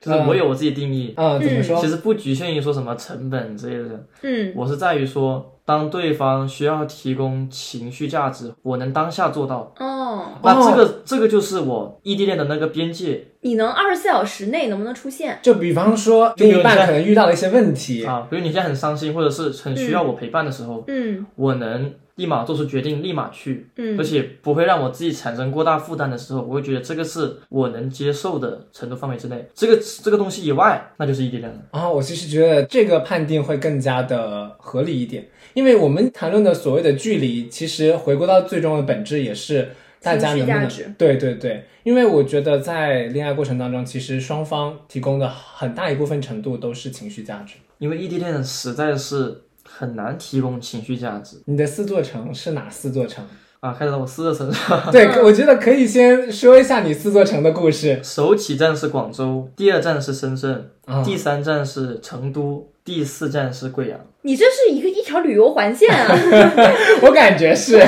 Speaker 4: 就是我有我自己定义，
Speaker 2: 嗯，怎么说？
Speaker 4: 其实不局限于说什么成本之类的，
Speaker 3: 嗯，
Speaker 4: 我是在于说，当对方需要提供情绪价值，我能当下做到，
Speaker 3: 哦，
Speaker 4: 那这个、这个就是我异地恋的那个边界
Speaker 3: 你能二十四小时内能不能出现？
Speaker 2: 就比方说，
Speaker 4: 就比
Speaker 2: 另
Speaker 4: 如
Speaker 2: 一
Speaker 4: 在
Speaker 2: 半可能遇到了一些问题，
Speaker 4: 啊。比如你现在很伤心，或者是很需要我陪伴的时候，
Speaker 3: 嗯
Speaker 4: 我能立马做出决定，立马去，
Speaker 3: 嗯
Speaker 4: 而且不会让我自己产生过大负担的时候，我会觉得这个是我能接受的程度范围之内。这个这个东西以外，那就是异地恋了。
Speaker 2: 啊、我其实觉得这个判定会更加的合理一点，因为我们谈论的所谓的距离，其实回归到最终的本质也是大家能不能
Speaker 3: 情绪价值
Speaker 2: 对对对，因为我觉得在恋爱过程当中，其实双方提供的很大一部分程度都是情绪价值。
Speaker 4: 因为异地恋实在是很难提供情绪价值
Speaker 2: 你的四座城是哪四座 城？
Speaker 4: 啊！开始到我四个城市 了，
Speaker 2: 对，我觉得可以先说一下你四座城的故事。
Speaker 4: 首起站是广州，第二站是深圳，
Speaker 2: 啊
Speaker 4: 第三站是成都，第四站是贵阳。
Speaker 3: 你这是一个一条旅游环线 啊！
Speaker 2: 我感觉 是，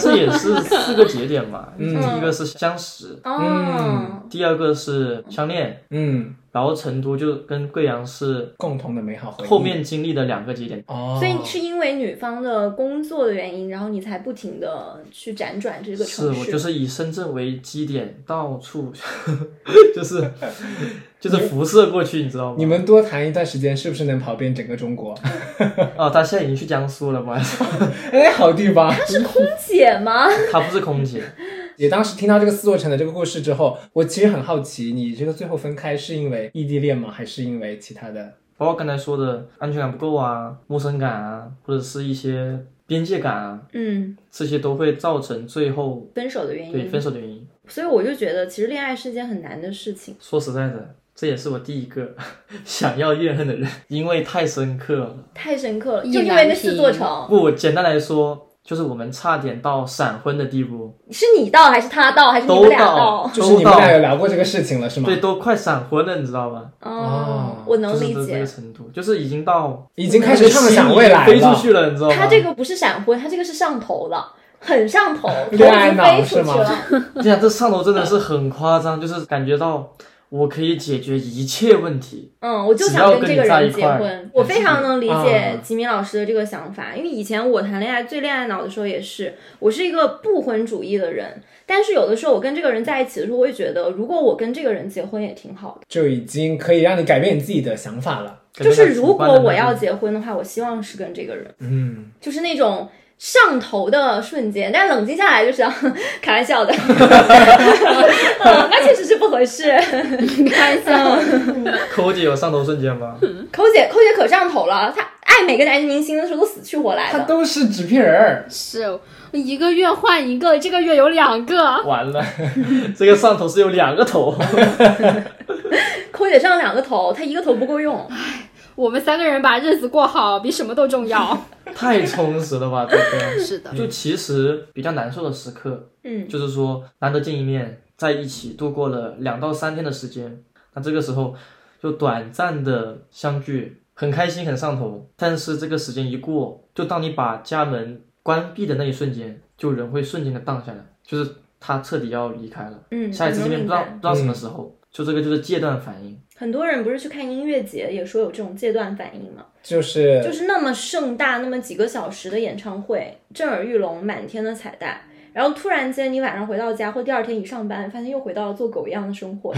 Speaker 4: 这也是四个节点嘛，第
Speaker 2: 嗯
Speaker 4: 一个是相识，
Speaker 3: 哦，
Speaker 4: 第二个是相恋，
Speaker 2: 嗯，
Speaker 4: 然后成都就跟贵阳是
Speaker 2: 共同的美好回忆。
Speaker 4: 后面经历的两个节点。
Speaker 2: 哦，
Speaker 3: 所以是因为女方的工作的原因，然后你才不停的去辗转这个
Speaker 4: 是
Speaker 3: 城
Speaker 4: 我
Speaker 3: 市。
Speaker 4: 就是以深圳为基点，到 处就是就是辐射过去，你知道吗？
Speaker 2: 你们多谈一段时间，是不是能跑遍整个中国？
Speaker 4: 哦，他现在已经去江苏了嘛？
Speaker 2: 哎，好地方。
Speaker 3: 姐吗？
Speaker 4: 他不是空姐，
Speaker 2: 也当时听到这个四座城的这个故事之后，我其实很好奇，你这个最后分开是因为异地恋吗？还是因为其他的？
Speaker 4: 包括刚才说的安全感不够啊、陌生感啊，或者是一些边界感啊，
Speaker 3: 嗯，
Speaker 4: 这些都会造成最后
Speaker 3: 分手的原
Speaker 4: 对
Speaker 3: 因。
Speaker 4: 分手的原因。
Speaker 3: 所以我就觉得，其实恋爱是件很难的事情。
Speaker 4: 说实在的，这也是我第一个 想要怨恨的人，因为太深刻了。
Speaker 3: 太深刻了，
Speaker 1: 意
Speaker 3: 就因
Speaker 1: 难
Speaker 3: 为那四座
Speaker 1: 平
Speaker 3: 城，
Speaker 4: 不，简单来说，就是我们差点到闪婚的地步，
Speaker 3: 是你到还是他到还是你们俩
Speaker 4: 都到
Speaker 3: 到？哦
Speaker 2: 就是你们
Speaker 4: 周
Speaker 2: 俩
Speaker 4: 到
Speaker 2: 有聊过这个事情了，是吗
Speaker 4: 哦对，？都快闪婚了，你知道吧？
Speaker 2: 哦
Speaker 3: 我能
Speaker 4: 就是
Speaker 3: 理
Speaker 4: 这这
Speaker 3: 解
Speaker 4: 个。程度，就是已经到
Speaker 2: 已经开始畅想未来
Speaker 4: 飞出
Speaker 2: 了。
Speaker 4: 去了，你知道吗？
Speaker 3: 他这个不是闪婚，他这个是上头了，很上 头，头已
Speaker 2: 恋爱
Speaker 3: 经
Speaker 2: 脑
Speaker 3: 飞出去
Speaker 2: 是吗
Speaker 3: 了。
Speaker 4: 对哎呀，这上头真的是很夸张，就是感觉到我可以解决一切问题。
Speaker 3: 嗯，我就
Speaker 4: 只
Speaker 3: 想
Speaker 4: 要
Speaker 3: 跟
Speaker 4: 跟
Speaker 3: 这
Speaker 4: 你
Speaker 3: 个
Speaker 4: 在一
Speaker 3: 人结
Speaker 4: 块儿嗯
Speaker 3: 婚，我非常能理解
Speaker 2: 啊
Speaker 3: 吉米老师的这个想法，因为以前我谈恋爱最恋爱脑的时候也是，我是一个不婚主义的人，但是有的时候我跟这个人在一起的时候，我会觉得如果我跟这个人结婚也挺好的。
Speaker 2: 就已经可以让你改变你自己的想法了。
Speaker 3: 就是如果我要
Speaker 4: 感觉到主观的那种
Speaker 3: 结婚的话，我希望是跟这个人，
Speaker 2: 嗯，
Speaker 3: 就是那种上头的瞬间，但冷静下来就知道， 开玩笑的，嗯那确实是不合适。
Speaker 1: 开玩笑，
Speaker 4: 抠姐有上头瞬间吗？
Speaker 3: 抠姐，抠姐可上头了，她爱每个男明星的时候都死去活来
Speaker 2: 他
Speaker 3: 的。
Speaker 2: 都是纸片人儿。
Speaker 1: 是一个月换一个，这个月有两个。
Speaker 4: 完了， 这个上头是有两个头。
Speaker 3: 抠姐上两个头，她一个头不够用。
Speaker 1: 我们三个人把日子过好，比什么都重要。
Speaker 4: 太充实了吧，这 个。
Speaker 1: 是的，
Speaker 4: 就其实比较难受的时刻，
Speaker 3: 嗯
Speaker 4: 就是说难得见一面，在一起度过了两到三天的时间，那这个时候就短暂的相聚，很开心，很上头。但是这个时间一过，就当你把家门关闭的那一瞬间，就人会瞬间的荡下来，就是他彻底要离开了。
Speaker 3: 嗯，
Speaker 4: 下一次
Speaker 3: 我
Speaker 4: 见
Speaker 3: 能明
Speaker 4: 面不知道
Speaker 3: 白
Speaker 4: 不知道什么时候，就这个就是戒断反应。
Speaker 3: 很多人不是去看音乐节也说有这种戒断反应吗？
Speaker 2: 就是
Speaker 3: 就是那么盛大，那么几个小时的演唱会，震耳欲聋，满天的彩蛋。然后突然间，你晚上回到家，或第二天一上班，发现又回到了做狗一样的生活。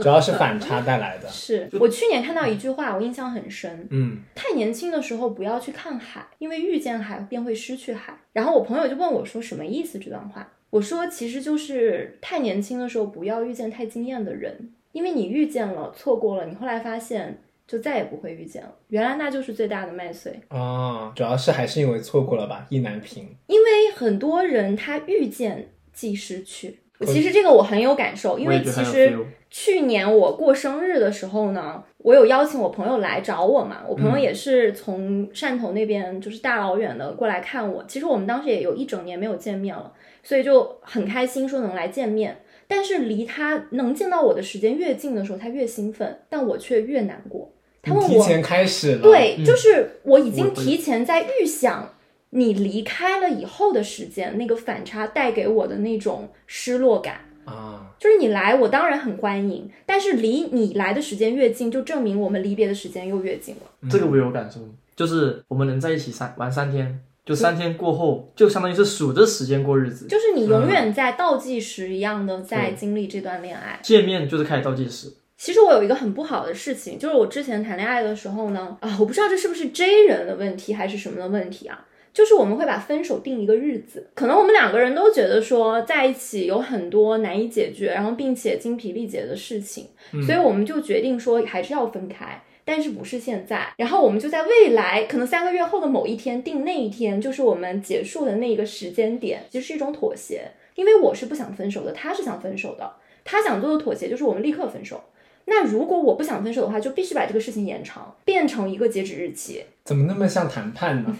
Speaker 2: 主要是反差带来的。
Speaker 3: 是我去年看到一
Speaker 4: 嗯
Speaker 3: 句话，我印象很深：
Speaker 2: 嗯，
Speaker 3: 太年轻的时候不要去看海，因为遇见海便会失去海。然后我朋友就问我说什么意思这段话，我说其实就是太年轻的时候不要遇见太惊艳的人，因为你遇见了，错过了，你后来发现就再也不会遇见了。原来那就是最大的麦穗。
Speaker 2: 哦，主要是还是因为错过了吧，意难平。
Speaker 3: 因为很多人他遇见即失去，其实这个我很有感受，因
Speaker 4: 我
Speaker 3: 为
Speaker 4: 也觉得
Speaker 3: 其
Speaker 4: 很有
Speaker 3: 实
Speaker 4: feel。
Speaker 3: 去年我过生日的时候呢，我有邀请我朋友来找我嘛，我朋友
Speaker 2: 嗯
Speaker 3: 也是从汕头那边就是大老远的过来看我。其实我们当时也有一整年没有见面了，所以就很开心说能来见面。但是离他能见到我的时间越近的时候，他越兴奋，但我却越难过。他问
Speaker 2: 你提
Speaker 3: 我，
Speaker 2: 前开始了，
Speaker 3: 对，
Speaker 4: 嗯
Speaker 3: 就是我已
Speaker 4: 我
Speaker 3: 经
Speaker 4: 我
Speaker 3: 提前在预想你离开了以后的时间，那个反差带给我的那种失落感。
Speaker 2: 啊，
Speaker 3: 就是你来，我当然很欢迎，但是离你来的时间越近，就证明我们离别的时间又越近了。
Speaker 2: 嗯
Speaker 4: 这个我有感受，就是我们能在一起三玩三天，就三天过后，就相当于是数着时间过日子，
Speaker 3: 就是你永远在倒计时一样的在经历这段恋爱。
Speaker 4: 见面就是开始倒计时。
Speaker 3: 其实我有一个很不好的事情，就是我之前谈恋爱的时候呢，啊，我不知道这是不是 J 人的问题还是什么的问题啊。就是我们会把分手定一个日子，可能我们两个人都觉得说在一起有很多难以解决，然后并且精疲力竭的事情，所以我们就决定说还是要分开，但是不是现在。然后我们就在未来，可能三个月后的某一天定那一天，就是我们结束的那一个时间点，其实是一种妥协，因为我是不想分手的，他是想分手的，他想做的妥协就是我们立刻分手。那如果我不想分手的话，就必须把这个事情延长，变成一个截止日期。
Speaker 2: 怎么那么像谈判 呢？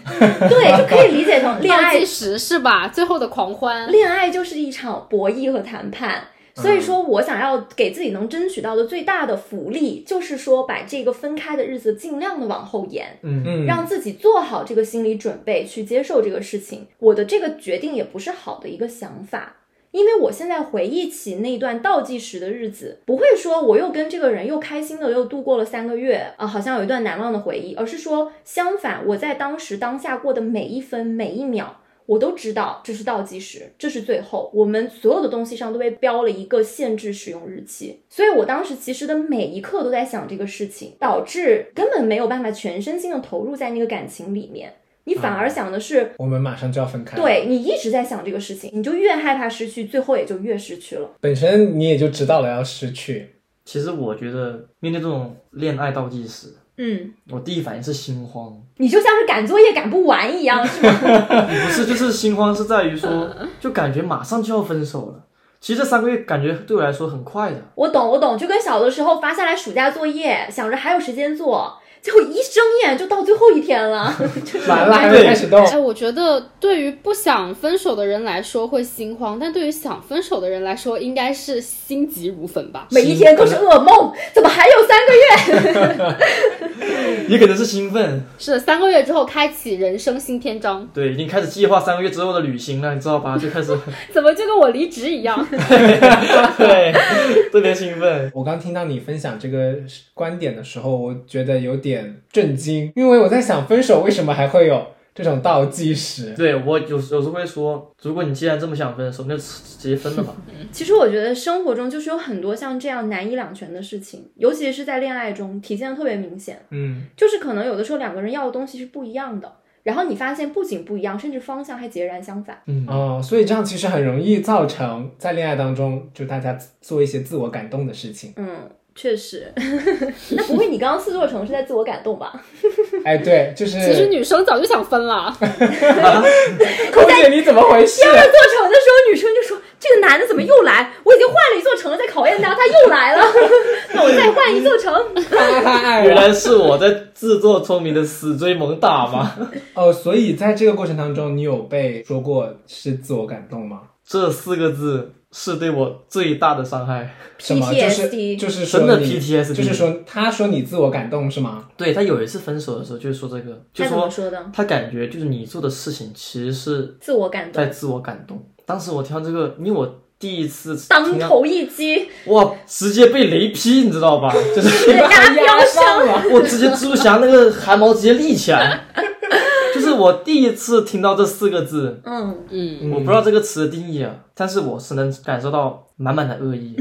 Speaker 3: 对，就可以理解成恋
Speaker 1: 倒
Speaker 3: 爱哦
Speaker 1: 计时是吧？最后的狂欢，
Speaker 3: 恋爱就是一场博弈和谈判。所以说我想要给自己能争取到的最大的福利，就是说把这个分开的日子尽量的往后延，
Speaker 4: 嗯，
Speaker 2: 嗯，
Speaker 3: 让自己做好这个心理准备去接受这个事情。我的这个决定也不是好的一个想法，因为我现在回忆起那段倒计时的日子，不会说我又跟这个人又开心的又度过了三个月啊、好像有一段难忘的回忆，而是说相反，我在当时当下过的每一分每一秒。我都知道这是倒计时，这是最后，我们所有的东西上都被标了一个限制使用日期，所以我当时其实的每一刻都在想这个事情，导致根本没有办法全身心的投入在那个感情里面，你反而想的是
Speaker 2: 我们马上就要分开，
Speaker 3: 对，你一直在想这个事情，你就越害怕失去，最后也就越失去了。
Speaker 2: 本身你也就知道了要失去，
Speaker 4: 其实我觉得面对这种恋爱倒计时，
Speaker 3: 嗯，
Speaker 4: 我第一反应是心慌，
Speaker 3: 你就像是赶作业赶不完一样，是吗？
Speaker 4: 不是就是心慌是在于说，就感觉马上就要分手了。其实这三个月感觉对我来说很快的，
Speaker 3: 我懂，我懂，就跟小的时候发下来暑假作业，想着还有时间做，结果一睁眼就到最后一天了，就是
Speaker 2: 完了还没开始动，
Speaker 1: 哎，我觉得对于不想分手的人来说会心慌，但对于想分手的人来说，应该是心急如焚吧。
Speaker 3: 每一天都是噩梦，怎么还有三个月？
Speaker 4: 也可能是兴奋，
Speaker 1: 是三个月之后开启人生新篇章，
Speaker 4: 对，已经开始计划三个月之后的旅行了，你知道吧？就开始
Speaker 1: 怎么就跟我离职一样？
Speaker 4: 对特别兴奋，
Speaker 2: 我刚听到你分享这个观点的时候，我觉得有点震惊，因为我在想分手为什么还会有这种倒计时？
Speaker 4: 对我有时有时候会说，如果你既然这么想分手，那就直接分了吧。
Speaker 3: 其实我觉得生活中就是有很多像这样难以两全的事情，尤其是在恋爱中体现的特别明显。
Speaker 2: 嗯，
Speaker 3: 就是可能有的时候两个人要的东西是不一样的，然后你发现不仅不一样，甚至方向还截然相反。
Speaker 4: 嗯，
Speaker 2: 哦，所以这样其实很容易造成在恋爱当中，就大家做一些自我感动的事情。
Speaker 3: 嗯，确实。那不会你刚刚四座城是在自我感动吧？
Speaker 2: 哎，对，就是
Speaker 1: 其实女生早就想分了，
Speaker 2: 空姐你怎么回事？
Speaker 3: 在座城的时候，女生就说：“这个男的怎么又来？我已经换了一座城了，在考验他，他又来了。那我再换一座城。
Speaker 2: 太爱
Speaker 4: 原
Speaker 2: 了。
Speaker 4: 来是我在自作聪明的死追猛打吗？
Speaker 2: 哦，所以在这个过程当中，你有被说过是自我感动吗？
Speaker 4: 这四个字是对我最大的伤害。
Speaker 2: 什么？就是
Speaker 3: PTSD
Speaker 2: 就是说
Speaker 4: 真的
Speaker 2: 你
Speaker 4: PTSD
Speaker 2: 就是说他说你自我感动是吗？
Speaker 4: 对他有一次分手的时候，就是说这个，就
Speaker 3: 他怎么
Speaker 4: 说
Speaker 3: 说的？
Speaker 4: 他感觉就是你做的事情其实是
Speaker 3: 自我感
Speaker 4: 在
Speaker 3: 动，
Speaker 4: 自我感动。当时我听到这个，因为我第一次
Speaker 3: 当
Speaker 4: 听到
Speaker 3: 头一击，
Speaker 4: 哇，直接被雷劈，你知道吧？ 就是
Speaker 3: 被压
Speaker 2: 压
Speaker 3: 标
Speaker 2: 上
Speaker 3: 上。
Speaker 2: 了。
Speaker 4: 我直接蜘蛛侠那个汗毛直接立起来，就是我第一次听到这四个字，
Speaker 3: 嗯，
Speaker 1: 嗯，
Speaker 4: 我不知道这个词的定义啊，但是我是能感受到满满的恶意。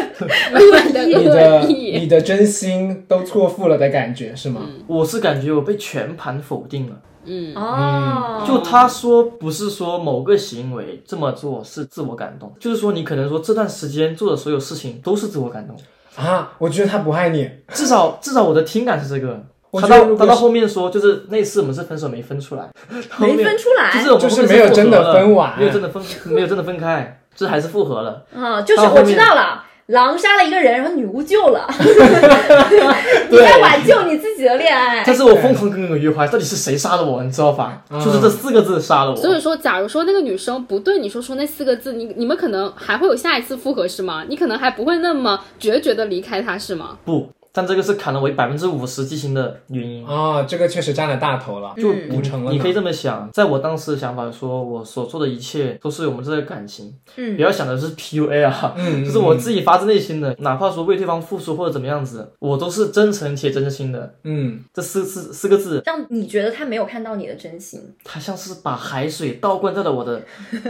Speaker 1: 恶意
Speaker 2: 你
Speaker 1: 恶
Speaker 2: 的
Speaker 1: 意，
Speaker 2: 你的真心都错付了的感觉是吗？
Speaker 4: 我是感觉我被全盘否定了。
Speaker 1: 嗯，
Speaker 3: 哦，
Speaker 4: 就他说不是说某个行为这么做是自我感动，就是说你可能说这段时间做的所有事情都是自我感动，
Speaker 2: 啊，我觉得他不爱你，
Speaker 4: 至少至少我的听感是这个。
Speaker 2: 我
Speaker 4: 他
Speaker 2: 觉得
Speaker 4: 到
Speaker 2: 如
Speaker 4: 他
Speaker 2: 果
Speaker 4: 到
Speaker 2: 是
Speaker 4: 后面说，就是那次我们是分手 没分出来，后
Speaker 3: 没
Speaker 4: 面
Speaker 3: 分出来
Speaker 4: 就是我们
Speaker 2: 就是
Speaker 4: 后面
Speaker 2: 没有
Speaker 4: 复合
Speaker 2: 真的
Speaker 4: 了
Speaker 2: 分完
Speaker 4: 没有真的分没有真的分开。这还是复合了。
Speaker 3: 啊，就是
Speaker 4: 到后
Speaker 3: 我
Speaker 4: 面
Speaker 3: 知道了。狼杀了一个人，然后女巫救 了，你在挽救你自己的恋爱。
Speaker 4: 但是我疯狂跟我约会，到底是谁杀的我？你知道吧？
Speaker 2: 嗯
Speaker 4: 就是这四个字杀了我。
Speaker 1: 所以说，假如说那个女生不对你说出那四个字，你你们可能还会有下一次复合是吗？你可能还不会那么决绝的离开她是吗？
Speaker 4: 不，但这个是砍了我百分之五十激情的原因。
Speaker 2: 啊、这个确实占了大头了，
Speaker 4: 就
Speaker 2: 补成了呢。
Speaker 4: 你可以这么想，在我当时的想法说，我所做的一切都是我们这个感情，
Speaker 3: 嗯
Speaker 4: 不要想的是 PUA 啊，
Speaker 2: 嗯，嗯，
Speaker 4: 就是我
Speaker 2: 己，
Speaker 4: 自己发自内心的，哪怕说为对方付出或者怎么样子，我都是真诚且真心的。
Speaker 2: 嗯，
Speaker 4: 这四四四个字，
Speaker 3: 让你觉得他没有看到你的真心，
Speaker 4: 它像是把海水倒灌在了我的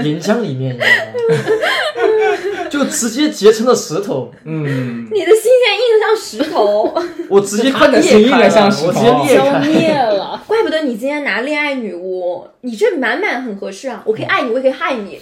Speaker 4: 岩浆里面一样，就直接结成了石头，
Speaker 2: 嗯，
Speaker 3: 你的心现在硬得像石头，
Speaker 4: 我直接快
Speaker 2: 他的心
Speaker 4: 裂
Speaker 2: 硬
Speaker 4: 开
Speaker 2: 得像
Speaker 4: 了，
Speaker 2: 石
Speaker 4: 我直
Speaker 2: 头啊
Speaker 4: 接裂
Speaker 1: 消
Speaker 4: 开。
Speaker 1: 灭了，
Speaker 3: 怪不得你今天拿恋爱女巫，你这满满很合适啊！我可以
Speaker 4: 嗯
Speaker 3: 爱你，我也可以害你。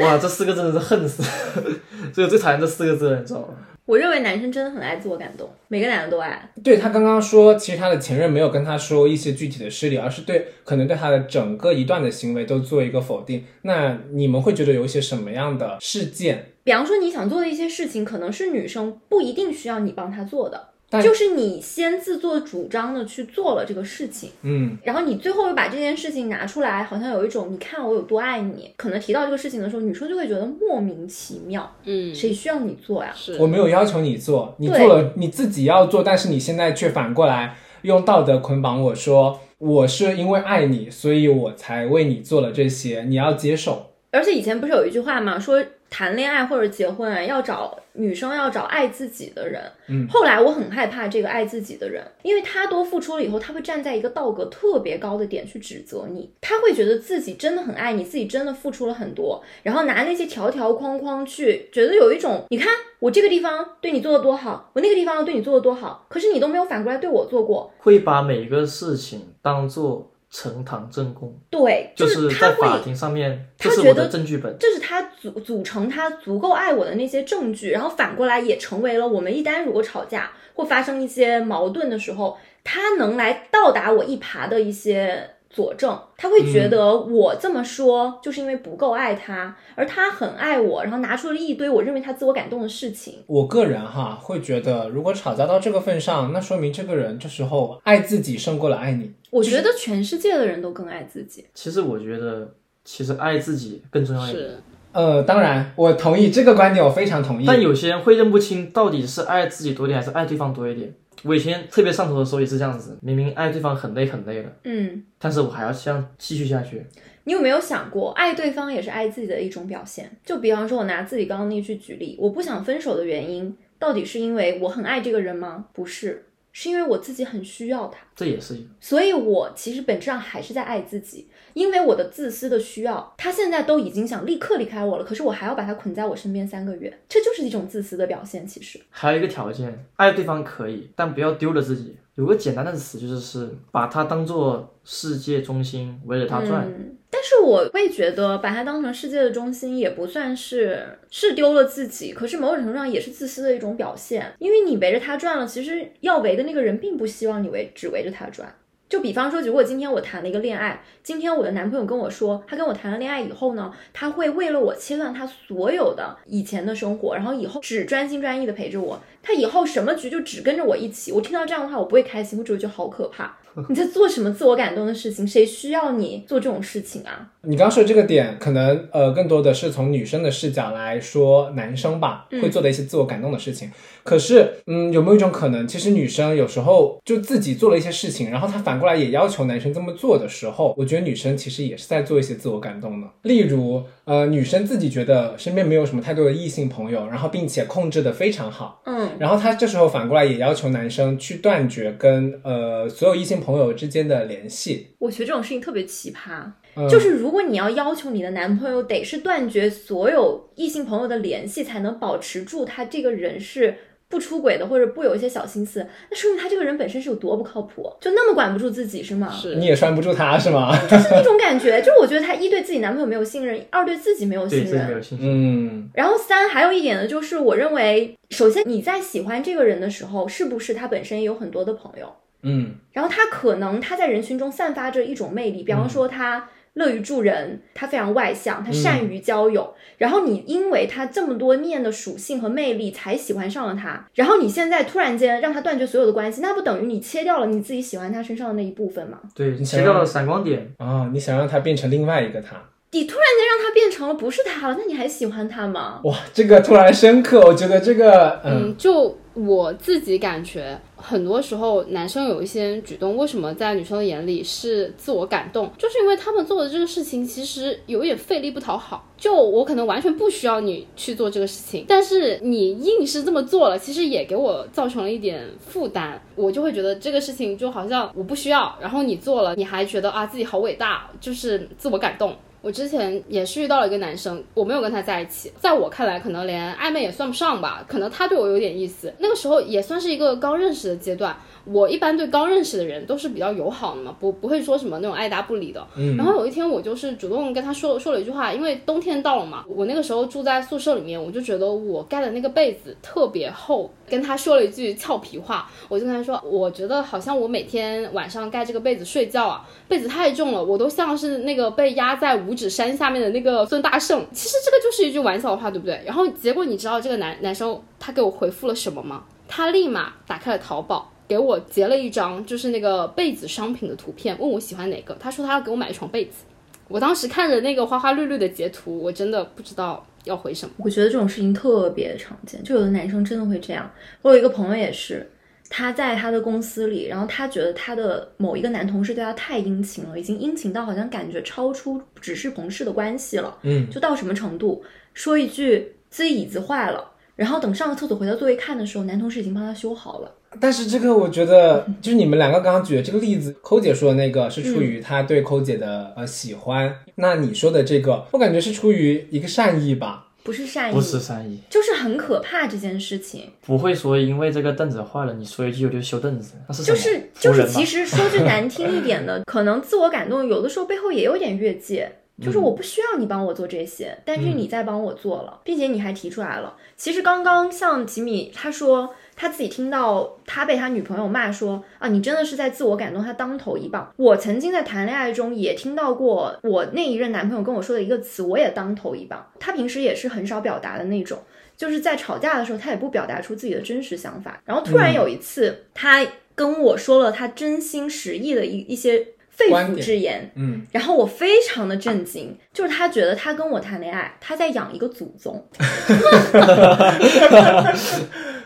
Speaker 4: 哇，这四个真的是恨死， 所以我最讨厌这四个字了，你知道吗？
Speaker 3: 我认为男生真的很爱自我感动，每个男的都爱。
Speaker 2: 对他刚刚说，其实他的前任没有跟他说一些具体的事例，而是对可能对他的整个一段的行为都做一个否定。那你们会觉得有一些什么样的事件？
Speaker 3: 比方说，你想做的一些事情，可能是女生不一定需要你帮她做的
Speaker 2: 但，
Speaker 3: 就是你先自作主张的去做了这个事情，
Speaker 2: 嗯
Speaker 3: 然后你最后又把这件事情拿出来，好像有一种你看我有多爱你。可能提到这个事情的时候，女生就会觉得莫名其妙，
Speaker 1: 嗯，
Speaker 3: 谁需要你做呀？
Speaker 1: 是
Speaker 2: 我没有要求你做，你做了你自己要做，但是你现在却反过来用道德捆绑我说，我是因为爱你，所以我才为你做了这些，你要接受。
Speaker 3: 而且以前不是有一句话嘛，说谈恋爱或者结婚啊，要找女生要找爱自己的人。
Speaker 2: 嗯
Speaker 3: 后来我很害怕这个爱自己的人，因为他多付出了以后，他会站在一个道格特别高的点去指责你，他会觉得自己真的很爱你，自己真的付出了很多，然后拿那些条条框框去，觉得有一种你看我这个地方对你做的多好，我那个地方对你做的多好，可是你都没有反过来对我做过。
Speaker 4: 会把每个事情当做呈堂证供，
Speaker 3: 对，
Speaker 4: 就是在
Speaker 3: 他会
Speaker 4: 法庭上面，
Speaker 3: 他
Speaker 4: 这是
Speaker 3: 觉
Speaker 4: 我的
Speaker 3: 得
Speaker 4: 证据本。
Speaker 3: 这是他组组成他足够爱我的那些证据，然后反过来也成为了我们一旦如果吵架或发生一些矛盾的时候，他能来到达我一耙的一些佐证。他会觉得我这么说就是因为不够爱他，而他很爱我，然后拿出了一堆我认为他自我感动的事情。
Speaker 2: 我个人哈会觉得，如果吵架到这个份上，那说明这个人这时候爱自己胜过了爱你。
Speaker 3: 我觉得全世界的人都更爱自己，
Speaker 4: 其实我觉得，其实爱自己更重要一点。
Speaker 1: 是
Speaker 2: 呃，当然，我同意这个观点，我非常同意。
Speaker 4: 但有些人会认不清到底是爱自己多一点，还是爱对方多一点。我以前特别上头的时候也是这样子，明明爱对方很累很累了，
Speaker 3: 嗯，
Speaker 4: 但是我还要这样继续下去。
Speaker 3: 你有没有想过，爱对方也是爱自己的一种表现？就比方说，我拿自己刚刚那句举例，我不想分手的原因，到底是因为我很爱这个人吗？不是，是因为我自己很需要他，
Speaker 4: 这也是一个
Speaker 3: 所以我其实本质上还是在爱自己，因为我的自私的需要，他现在都已经想立刻离开我了，可是我还要把他捆在我身边三个月，这就是一种自私的表现。其实，
Speaker 4: 还有一个条件，爱对方可以，但不要丢了自己。有个简单的词就是是把它当做世界中心，围着它转。
Speaker 3: 嗯，但是我会觉得把它当成世界的中心，也不算是是丢了自己，可是某种程度上也是自私的一种表现，因为你围着他转了，其实要围的那个人并不希望你围只围着他转。就比方说，如果今天我谈了一个恋爱，今天我的男朋友跟我说，他跟我谈了恋爱以后呢，他会为了我切断他所有的以前的生活，然后以后只专心专意的陪着我，他以后什么局就只跟着我一起。我听到这样的话，我不会开心，我只会觉得好可怕。你在做什么自我感动的事情？谁需要你做这种事情啊？
Speaker 2: 你刚刚说这个点，可能呃更多的是从女生的视角来说，男生吧
Speaker 3: 嗯
Speaker 2: 会做的一些自我感动的事情。可是，嗯，有没有一种可能，其实女生有时候就自己做了一些事情，然后她反过来也要求男生这么做的时候，我觉得女生其实也是在做一些自我感动的。例如，呃，女生自己觉得身边没有什么太多的异性朋友，然后并且控制的非常好，
Speaker 3: 嗯，
Speaker 2: 然后她这时候反过来也要求男生去断绝跟呃所有异性朋友之间的联系。
Speaker 3: 我觉得这种事情特别奇葩。
Speaker 2: 嗯、
Speaker 3: 就是如果你要要求你的男朋友得是断绝所有异性朋友的联系，才能保持住他这个人是不出轨的，或者不有一些小心思，那说明他这个人本身是有多不靠谱，就那么管不住自己是吗？
Speaker 1: 是
Speaker 2: 你也拴不住她是吗？
Speaker 3: 就是那种感觉，就是我觉得他一对自己男朋友没有信任，二对自己没有
Speaker 4: 对，
Speaker 3: 信
Speaker 4: 这没有
Speaker 3: 任。
Speaker 4: 信心。
Speaker 2: 嗯
Speaker 3: 然后三，还有一点呢，就是我认为，首先你在喜欢这个人的时候，是不是他本身也有很多的朋友？
Speaker 2: 嗯。
Speaker 3: 然后他可能他在人群中散发着一种魅力，比方说他乐于助人，他非常外向，他善于交友。然后你因为他这么多面的属性和魅力，才喜欢上了他。然后你现在突然间让他断绝所有的关系，那不等于你切掉了你自己喜欢他身上的那一部分吗？
Speaker 4: 对，
Speaker 2: 你
Speaker 4: 切
Speaker 2: 想
Speaker 4: 掉
Speaker 2: 要
Speaker 4: 了闪光点，
Speaker 2: 啊、你想让他变成另外一个他，
Speaker 3: 你突然间让他变成了不是他了，那你还喜欢他吗？
Speaker 2: 哇，这个突然深刻，我觉得这个，嗯，
Speaker 1: 嗯，就我自己感觉，很多时候男生有一些举动，为什么在女生的眼里是自我感动？就是因为他们做的这个事情其实有点费力不讨好。就我可能完全不需要你去做这个事情，但是你硬是这么做了，其实也给我造成了一点负担。我就会觉得这个事情就好像我不需要，然后你做了，你还觉得啊自己好伟大，就是自我感动。我之前也是遇到了一个男生，我没有跟他在一起，在我看来可能连暧昧也算不上吧，可能他对我有点意思。那个时候也算是一个刚认识的阶段，我一般对刚认识的人都是比较友好的嘛，不不会说什么那种爱答不理的。然后有一天我就是主动跟他说说了一句话，因为冬天到了嘛，我那个时候住在宿舍里面，我就觉得我盖的那个被子特别厚，跟他说了一句俏皮话，我就跟他说，我觉得好像我每天晚上盖这个被子睡觉啊，被子太重了，我都像是那个被压在五指山下面的那个孙大圣。其实这个就是一句玩笑的话，对不对？然后结果你知道这个男男生他给我回复了什么吗？他立马打开了淘宝，给我截了一张就是那个被子商品的图片，问我喜欢哪个。他说他要给我买一床被子。我当时看着那个花花绿绿的截图，我真的不知道要回什么。
Speaker 3: 我觉得这种事情特别常见，就有的男生真的会这样。我有一个朋友也是，他在他的公司里，然后他觉得他的某一个男同事对他太殷勤了，已经殷勤到好像感觉超出只是同事的关系了。
Speaker 2: 嗯，
Speaker 3: 就到什么程度，说一句自己椅子坏了，然后等上个厕所回到座位看的时候，男同事已经帮他修好了。
Speaker 2: 但是这个我觉得，就是你们两个刚刚举的这个例子，抠姐说的那个是出于她对抠姐的呃喜欢，那你说的这个，我感觉是出于一个善意吧。
Speaker 3: 不是善意，
Speaker 4: 不是善意，
Speaker 3: 就是很可怕这件事情。
Speaker 4: 不会说因为这个凳子坏了，你说一句我就修凳子，那是
Speaker 3: 就
Speaker 4: 什么
Speaker 3: 是
Speaker 4: 服
Speaker 3: 就
Speaker 4: 人
Speaker 3: 是，
Speaker 4: 吗
Speaker 3: 其实说句难听一点 的，可能自我感动有的时候背后也有点越界，
Speaker 4: 嗯
Speaker 3: 就是我不需要你帮我做这些，但是你在帮我做了，并且你还提出来了。其实刚刚像吉米他说。他自己听到他被他女朋友骂说啊，你真的是在自我感动他当头一棒。我曾经在谈恋爱中也听到过我那一任男朋友跟我说的一个词，我也当头一棒。他平时也是很少表达的那种，就是在吵架的时候，他也不表达出自己的真实想法。然后突然有一次，他跟我说了他真心实意的一一些肺
Speaker 2: 观
Speaker 3: 腑
Speaker 2: 点
Speaker 3: 之言，
Speaker 2: 嗯，
Speaker 3: 然后我非常的震惊，就是他觉得他跟我谈恋爱，他在养一个祖宗，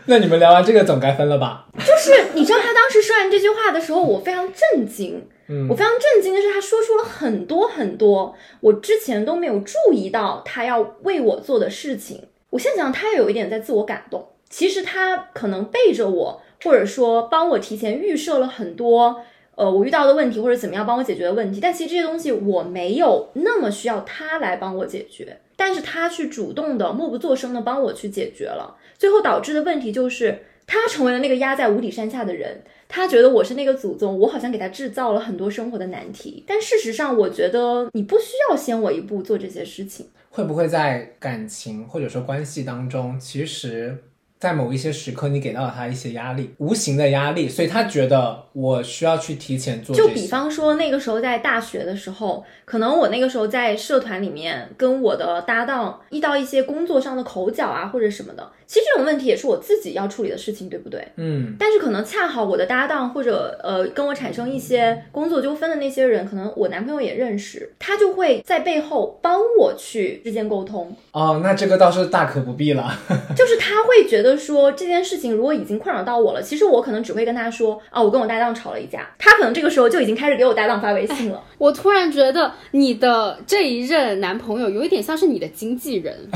Speaker 2: 那你们聊完这个总该分了吧？
Speaker 3: 就是你知道他当时说完这句话的时候，我非常震惊。
Speaker 2: 嗯
Speaker 3: 我非常震惊的是，他说出了很多很多我之前都没有注意到他要为我做的事情。我现在想，他也有一点在自我感动。其实他可能背着我，或者说帮我提前预设了很多呃我遇到的问题，或者怎么样帮我解决的问题。但其实这些东西我没有那么需要他来帮我解决，但是他去主动的、默不作声的帮我去解决了。最后导致的问题就是，他成为了那个压在五里山下的人。他觉得我是那个祖宗，我好像给他制造了很多生活的难题。但事实上，我觉得你不需要先我一步做这些事情。
Speaker 2: 会不会在感情或者说关系当中，其实，在某一些时刻你给到了他一些压力，无形的压力，所以他觉得我需要去提前做这
Speaker 3: 就
Speaker 2: 些。
Speaker 3: 比方说，那个时候在大学的时候，可能我那个时候在社团里面跟我的搭档遇到一些工作上的口角啊，或者什么的。其实这种问题也是我自己要处理的事情，对不对？
Speaker 2: 嗯，
Speaker 3: 但是可能恰好我的搭档或者呃跟我产生一些工作纠纷的那些人，可能我男朋友也认识，他就会在背后帮我去之间沟通，
Speaker 2: 哦，那这个倒是大可不必了。
Speaker 3: 就是他会觉得说这件事情如果已经困扰到我了，其实我可能只会跟他说啊，我跟我搭档吵了一架，他可能这个时候就已经开始给我搭档发微信了。
Speaker 1: 我突然觉得你的这一任男朋友有一点像是你的经纪人，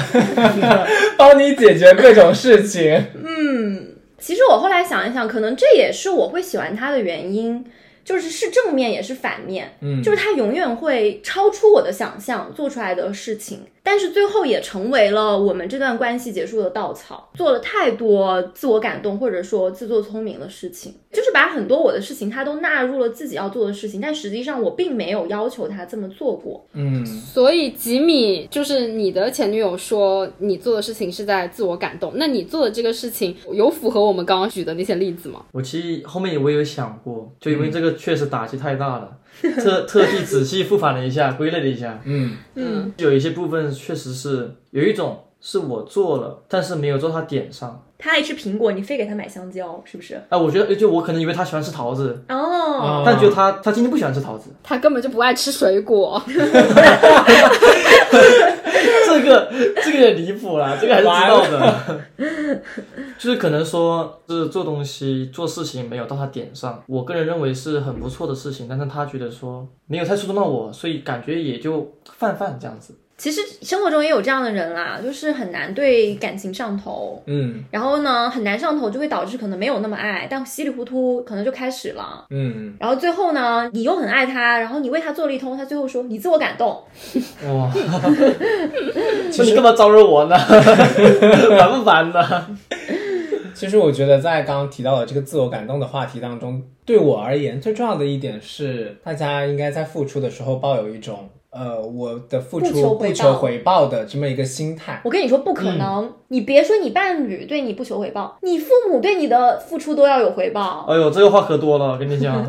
Speaker 2: 帮你解决各种事情。
Speaker 3: 其实我后来想一想，可能这也是我会喜欢他的原因，就是是正面也是反面，
Speaker 2: 嗯
Speaker 3: 就是他永远会超出我的想象做出来的事情，但是最后也成为了我们这段关系结束的稻草。做了太多自我感动或者说自作聪明的事情，就是把很多我的事情他都纳入了自己要做的事情，但实际上我并没有要求他这么做过。
Speaker 2: 嗯，
Speaker 1: 所以吉米就是你的前女友说你做的事情是在自我感动，那你做的这个事情有符合我们刚刚举的那些例子吗？
Speaker 4: 我其实后面我也有想过，就因为这个确实打击太大了，特特地仔细复盘了一下，归类了一下，
Speaker 2: 嗯
Speaker 3: 嗯
Speaker 4: 有一些部分确实是有一种是我做了，但是没有做到他点上。
Speaker 3: 他爱吃苹果，你非给他买香蕉，是不是？
Speaker 4: 哎、我觉得就我可能以为他喜欢吃桃子，
Speaker 3: 哦，
Speaker 2: 啊
Speaker 4: 但觉得他他今天不喜欢吃桃子，
Speaker 1: 他根本就不爱吃水果，
Speaker 4: 这个这个也离谱了，这个还是知道的。 就是可能说，就是做东西做事情没有到他点上，我个人认为是很不错的事情，但是他觉得说没有太触动到我，所以感觉也就泛泛这样子。
Speaker 3: 其实生活中也有这样的人啦，就是很难对感情上头，
Speaker 2: 嗯
Speaker 3: 然后呢很难上头，就会导致可能没有那么爱，但稀里糊涂可能就开始了。
Speaker 2: 嗯，
Speaker 3: 然后最后呢，你又很爱他，然后你为他做了一通，他最后说你自我感动，
Speaker 4: 哇，那你干嘛招惹我呢？ 烦不烦呢？
Speaker 2: 其实我觉得在刚刚提到的这个自我感动的话题当中，对我而言最重要的一点是，大家应该在付出的时候抱有一种呃我的付
Speaker 3: 不求
Speaker 2: 出
Speaker 3: 回
Speaker 2: 不
Speaker 3: 报
Speaker 2: 求回报的这么一个心 态。
Speaker 3: 我跟你说不可能，你别说你伴侣对你不求回报，你父母对你的付出都要有回报。
Speaker 4: 哎呦，这个话可多了，我跟你 讲，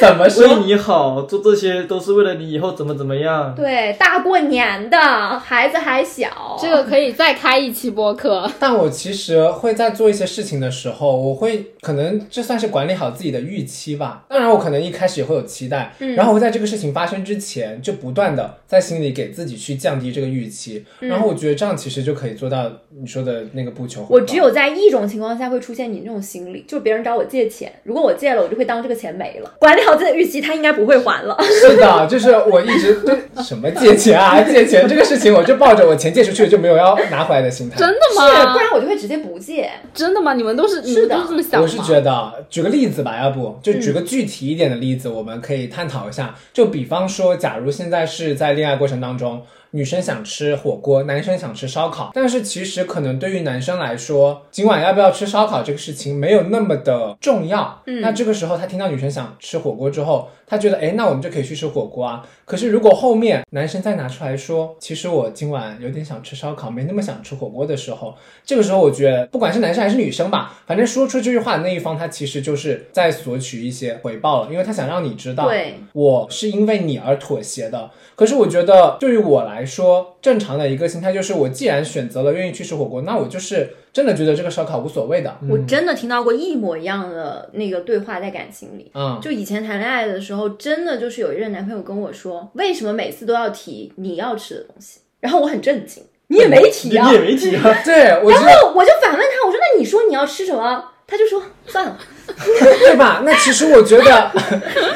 Speaker 2: 怎么
Speaker 4: 为
Speaker 2: 说？
Speaker 4: 你好，做这些都是为了你以后怎么怎么样。
Speaker 3: 对，大过年的，孩子还小，
Speaker 1: 这个可以再开一期播 客。
Speaker 2: 但我其实会在做一些事情的时候，我会可能这算是管理好自己的预期吧。当然，我可能一开始也会有期待，
Speaker 3: 嗯
Speaker 2: 然后我在这个事情发生之前，就不断的在心里给自己去降低这个预期，
Speaker 3: 嗯
Speaker 2: 然后我觉得这样其实就可以做到你说的那个不求回报。
Speaker 3: 我只有在一种情况下会出现你这种心理，就是别人找我借钱，如果我借了，我就会当这个钱没了，管理好自己的预期，他应该不会还了。
Speaker 2: 是的，就是我一直对什么借钱啊，借钱这个事情，我就抱着我钱借出去就没有要拿回来的心态
Speaker 1: 真。的
Speaker 3: 是，不
Speaker 1: 吗？
Speaker 3: 然我就会直接不借。
Speaker 1: 真的吗？你们都是你们
Speaker 3: 是的
Speaker 1: 都是这么想吗？
Speaker 2: 我是觉得，啊举个例子吧，要不就举个具体一点的例子，我们可以探讨一下。就比方说，假如现在是在恋爱过程当中，女生想吃火锅，男生想吃烧烤，但是其实可能对于男生来说，今晚要不要吃烧烤这个事情没有那么的重要。嗯，那这个时候他听到女生想吃火锅之后，他觉得，哎，那我们就可以去吃火锅啊。可是如果后面男生再拿出来说，其实我今晚有点想吃烧烤，没那么想吃火锅的时候，这个时候，我觉得不管是男生还是女生吧，反正说出这句话的那一方，他其实就是在索取一些回报了，因为他想让你知道，
Speaker 3: 对，
Speaker 2: 我是因为你而妥协的。可是我觉得，对于我来说，正常的一个心态就是，我既然选择了愿意去吃火锅，那我就是真的觉得这个烧烤无所谓
Speaker 4: 嗯
Speaker 2: 的。
Speaker 3: 我真的听到过一模一样的那个对话在感情里。
Speaker 2: 嗯，
Speaker 3: 就以前谈恋爱的时候，真的就是有一任男朋友跟我说，为什么每次都要提你要吃的东西？然后我很震惊，你也没提
Speaker 4: 你
Speaker 3: 啊。
Speaker 4: 你也没提啊，
Speaker 2: 对，我觉得
Speaker 3: 然后我就反问他，我说那你说你要吃什么？他就说算了，
Speaker 2: 对吧？那其实我觉得，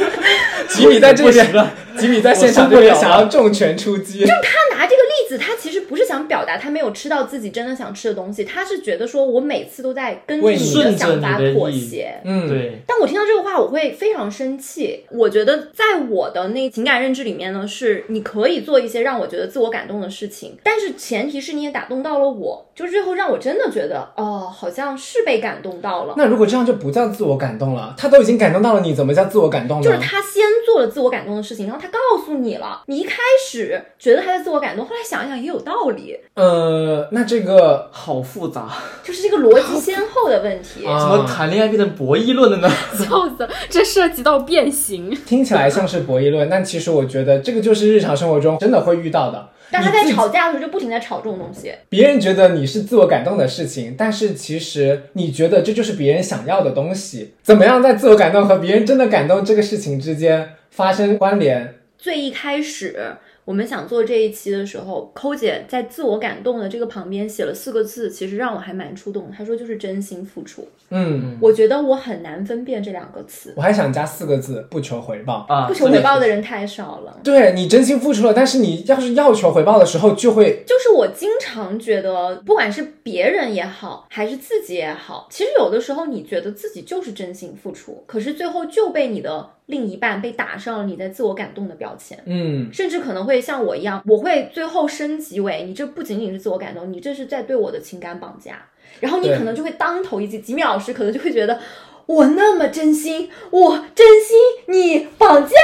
Speaker 2: 吉米在这
Speaker 4: 不行啊
Speaker 2: 边，
Speaker 4: 了，
Speaker 2: 吉米在现
Speaker 4: 我
Speaker 2: 场
Speaker 4: 受
Speaker 2: 这
Speaker 4: 不了
Speaker 2: 边
Speaker 4: 了
Speaker 2: 想要重拳出击。
Speaker 3: 他拿这个例子，他其实不是想表达他没有吃到自己真的想吃的东西，他是觉得说我每次都在跟
Speaker 2: 为你
Speaker 3: 的
Speaker 4: 顺着
Speaker 3: 想
Speaker 4: 你
Speaker 3: 法
Speaker 4: 的
Speaker 3: 妥
Speaker 4: 意
Speaker 3: 协。
Speaker 2: 嗯，
Speaker 4: 对，
Speaker 3: 但我听到这个话，我会非常生气。我觉得在我的那情感认知里面呢，是你可以做一些让我觉得自我感动的事情，但是前提是你也打动到了我，就是最后让我真的觉得哦，好像是被感动到了。
Speaker 2: 那如果这样就不叫自我感动了，他都已经感动到了你，怎么叫自我感动呢？
Speaker 3: 就是他先做了自我感动的事情，然后他告诉你了，你一开始觉得他在自我感动，后来想一想也有道理，
Speaker 2: 呃，那这个
Speaker 4: 好复杂，
Speaker 3: 就是这个逻辑先后的问题。
Speaker 2: 啊
Speaker 4: 怎么谈恋爱变成博弈论了呢？
Speaker 1: 笑死了，这涉及到变形。
Speaker 2: 听起来像是博弈论，但其实我觉得这个就是日常生活中真的会遇到的。
Speaker 3: 但他
Speaker 2: 你自
Speaker 3: 在
Speaker 2: 己
Speaker 3: 吵架的时候就不停在吵这种东西，
Speaker 2: 别人觉得你是自我感动的事情，但是其实你觉得这就是别人想要的东西。怎么样在自我感动和别人真的感动这个事情之间发生关联？
Speaker 3: 最一开始我们想做这一期的时候，抠姐在自我感动的这个旁边写了四个字，其实让我还蛮触动的。她说就是真心付出，
Speaker 2: 嗯，
Speaker 3: 我觉得我很难分辨这两个词，
Speaker 2: 我还想加四个字：不求回报。
Speaker 4: 啊，
Speaker 3: 不求回报的
Speaker 4: 这个
Speaker 3: 人太少了。
Speaker 2: 对你真心付出了，但是你要是要求回报的时候，就会
Speaker 3: 就是我经常觉得，不管是别人也好，还是自己也好，其实有的时候你觉得自己就是真心付出，可是最后就被你的另一半被打上了你在自我感动的标签。
Speaker 2: 嗯
Speaker 3: 甚至可能会像我一样，我会最后升级为你这不仅仅是自我感动，你这是在对我的情感绑架。然后你
Speaker 2: 对
Speaker 3: 可能就会当头一击，几秒老师可能就会觉得我那么真心，我真心你绑架，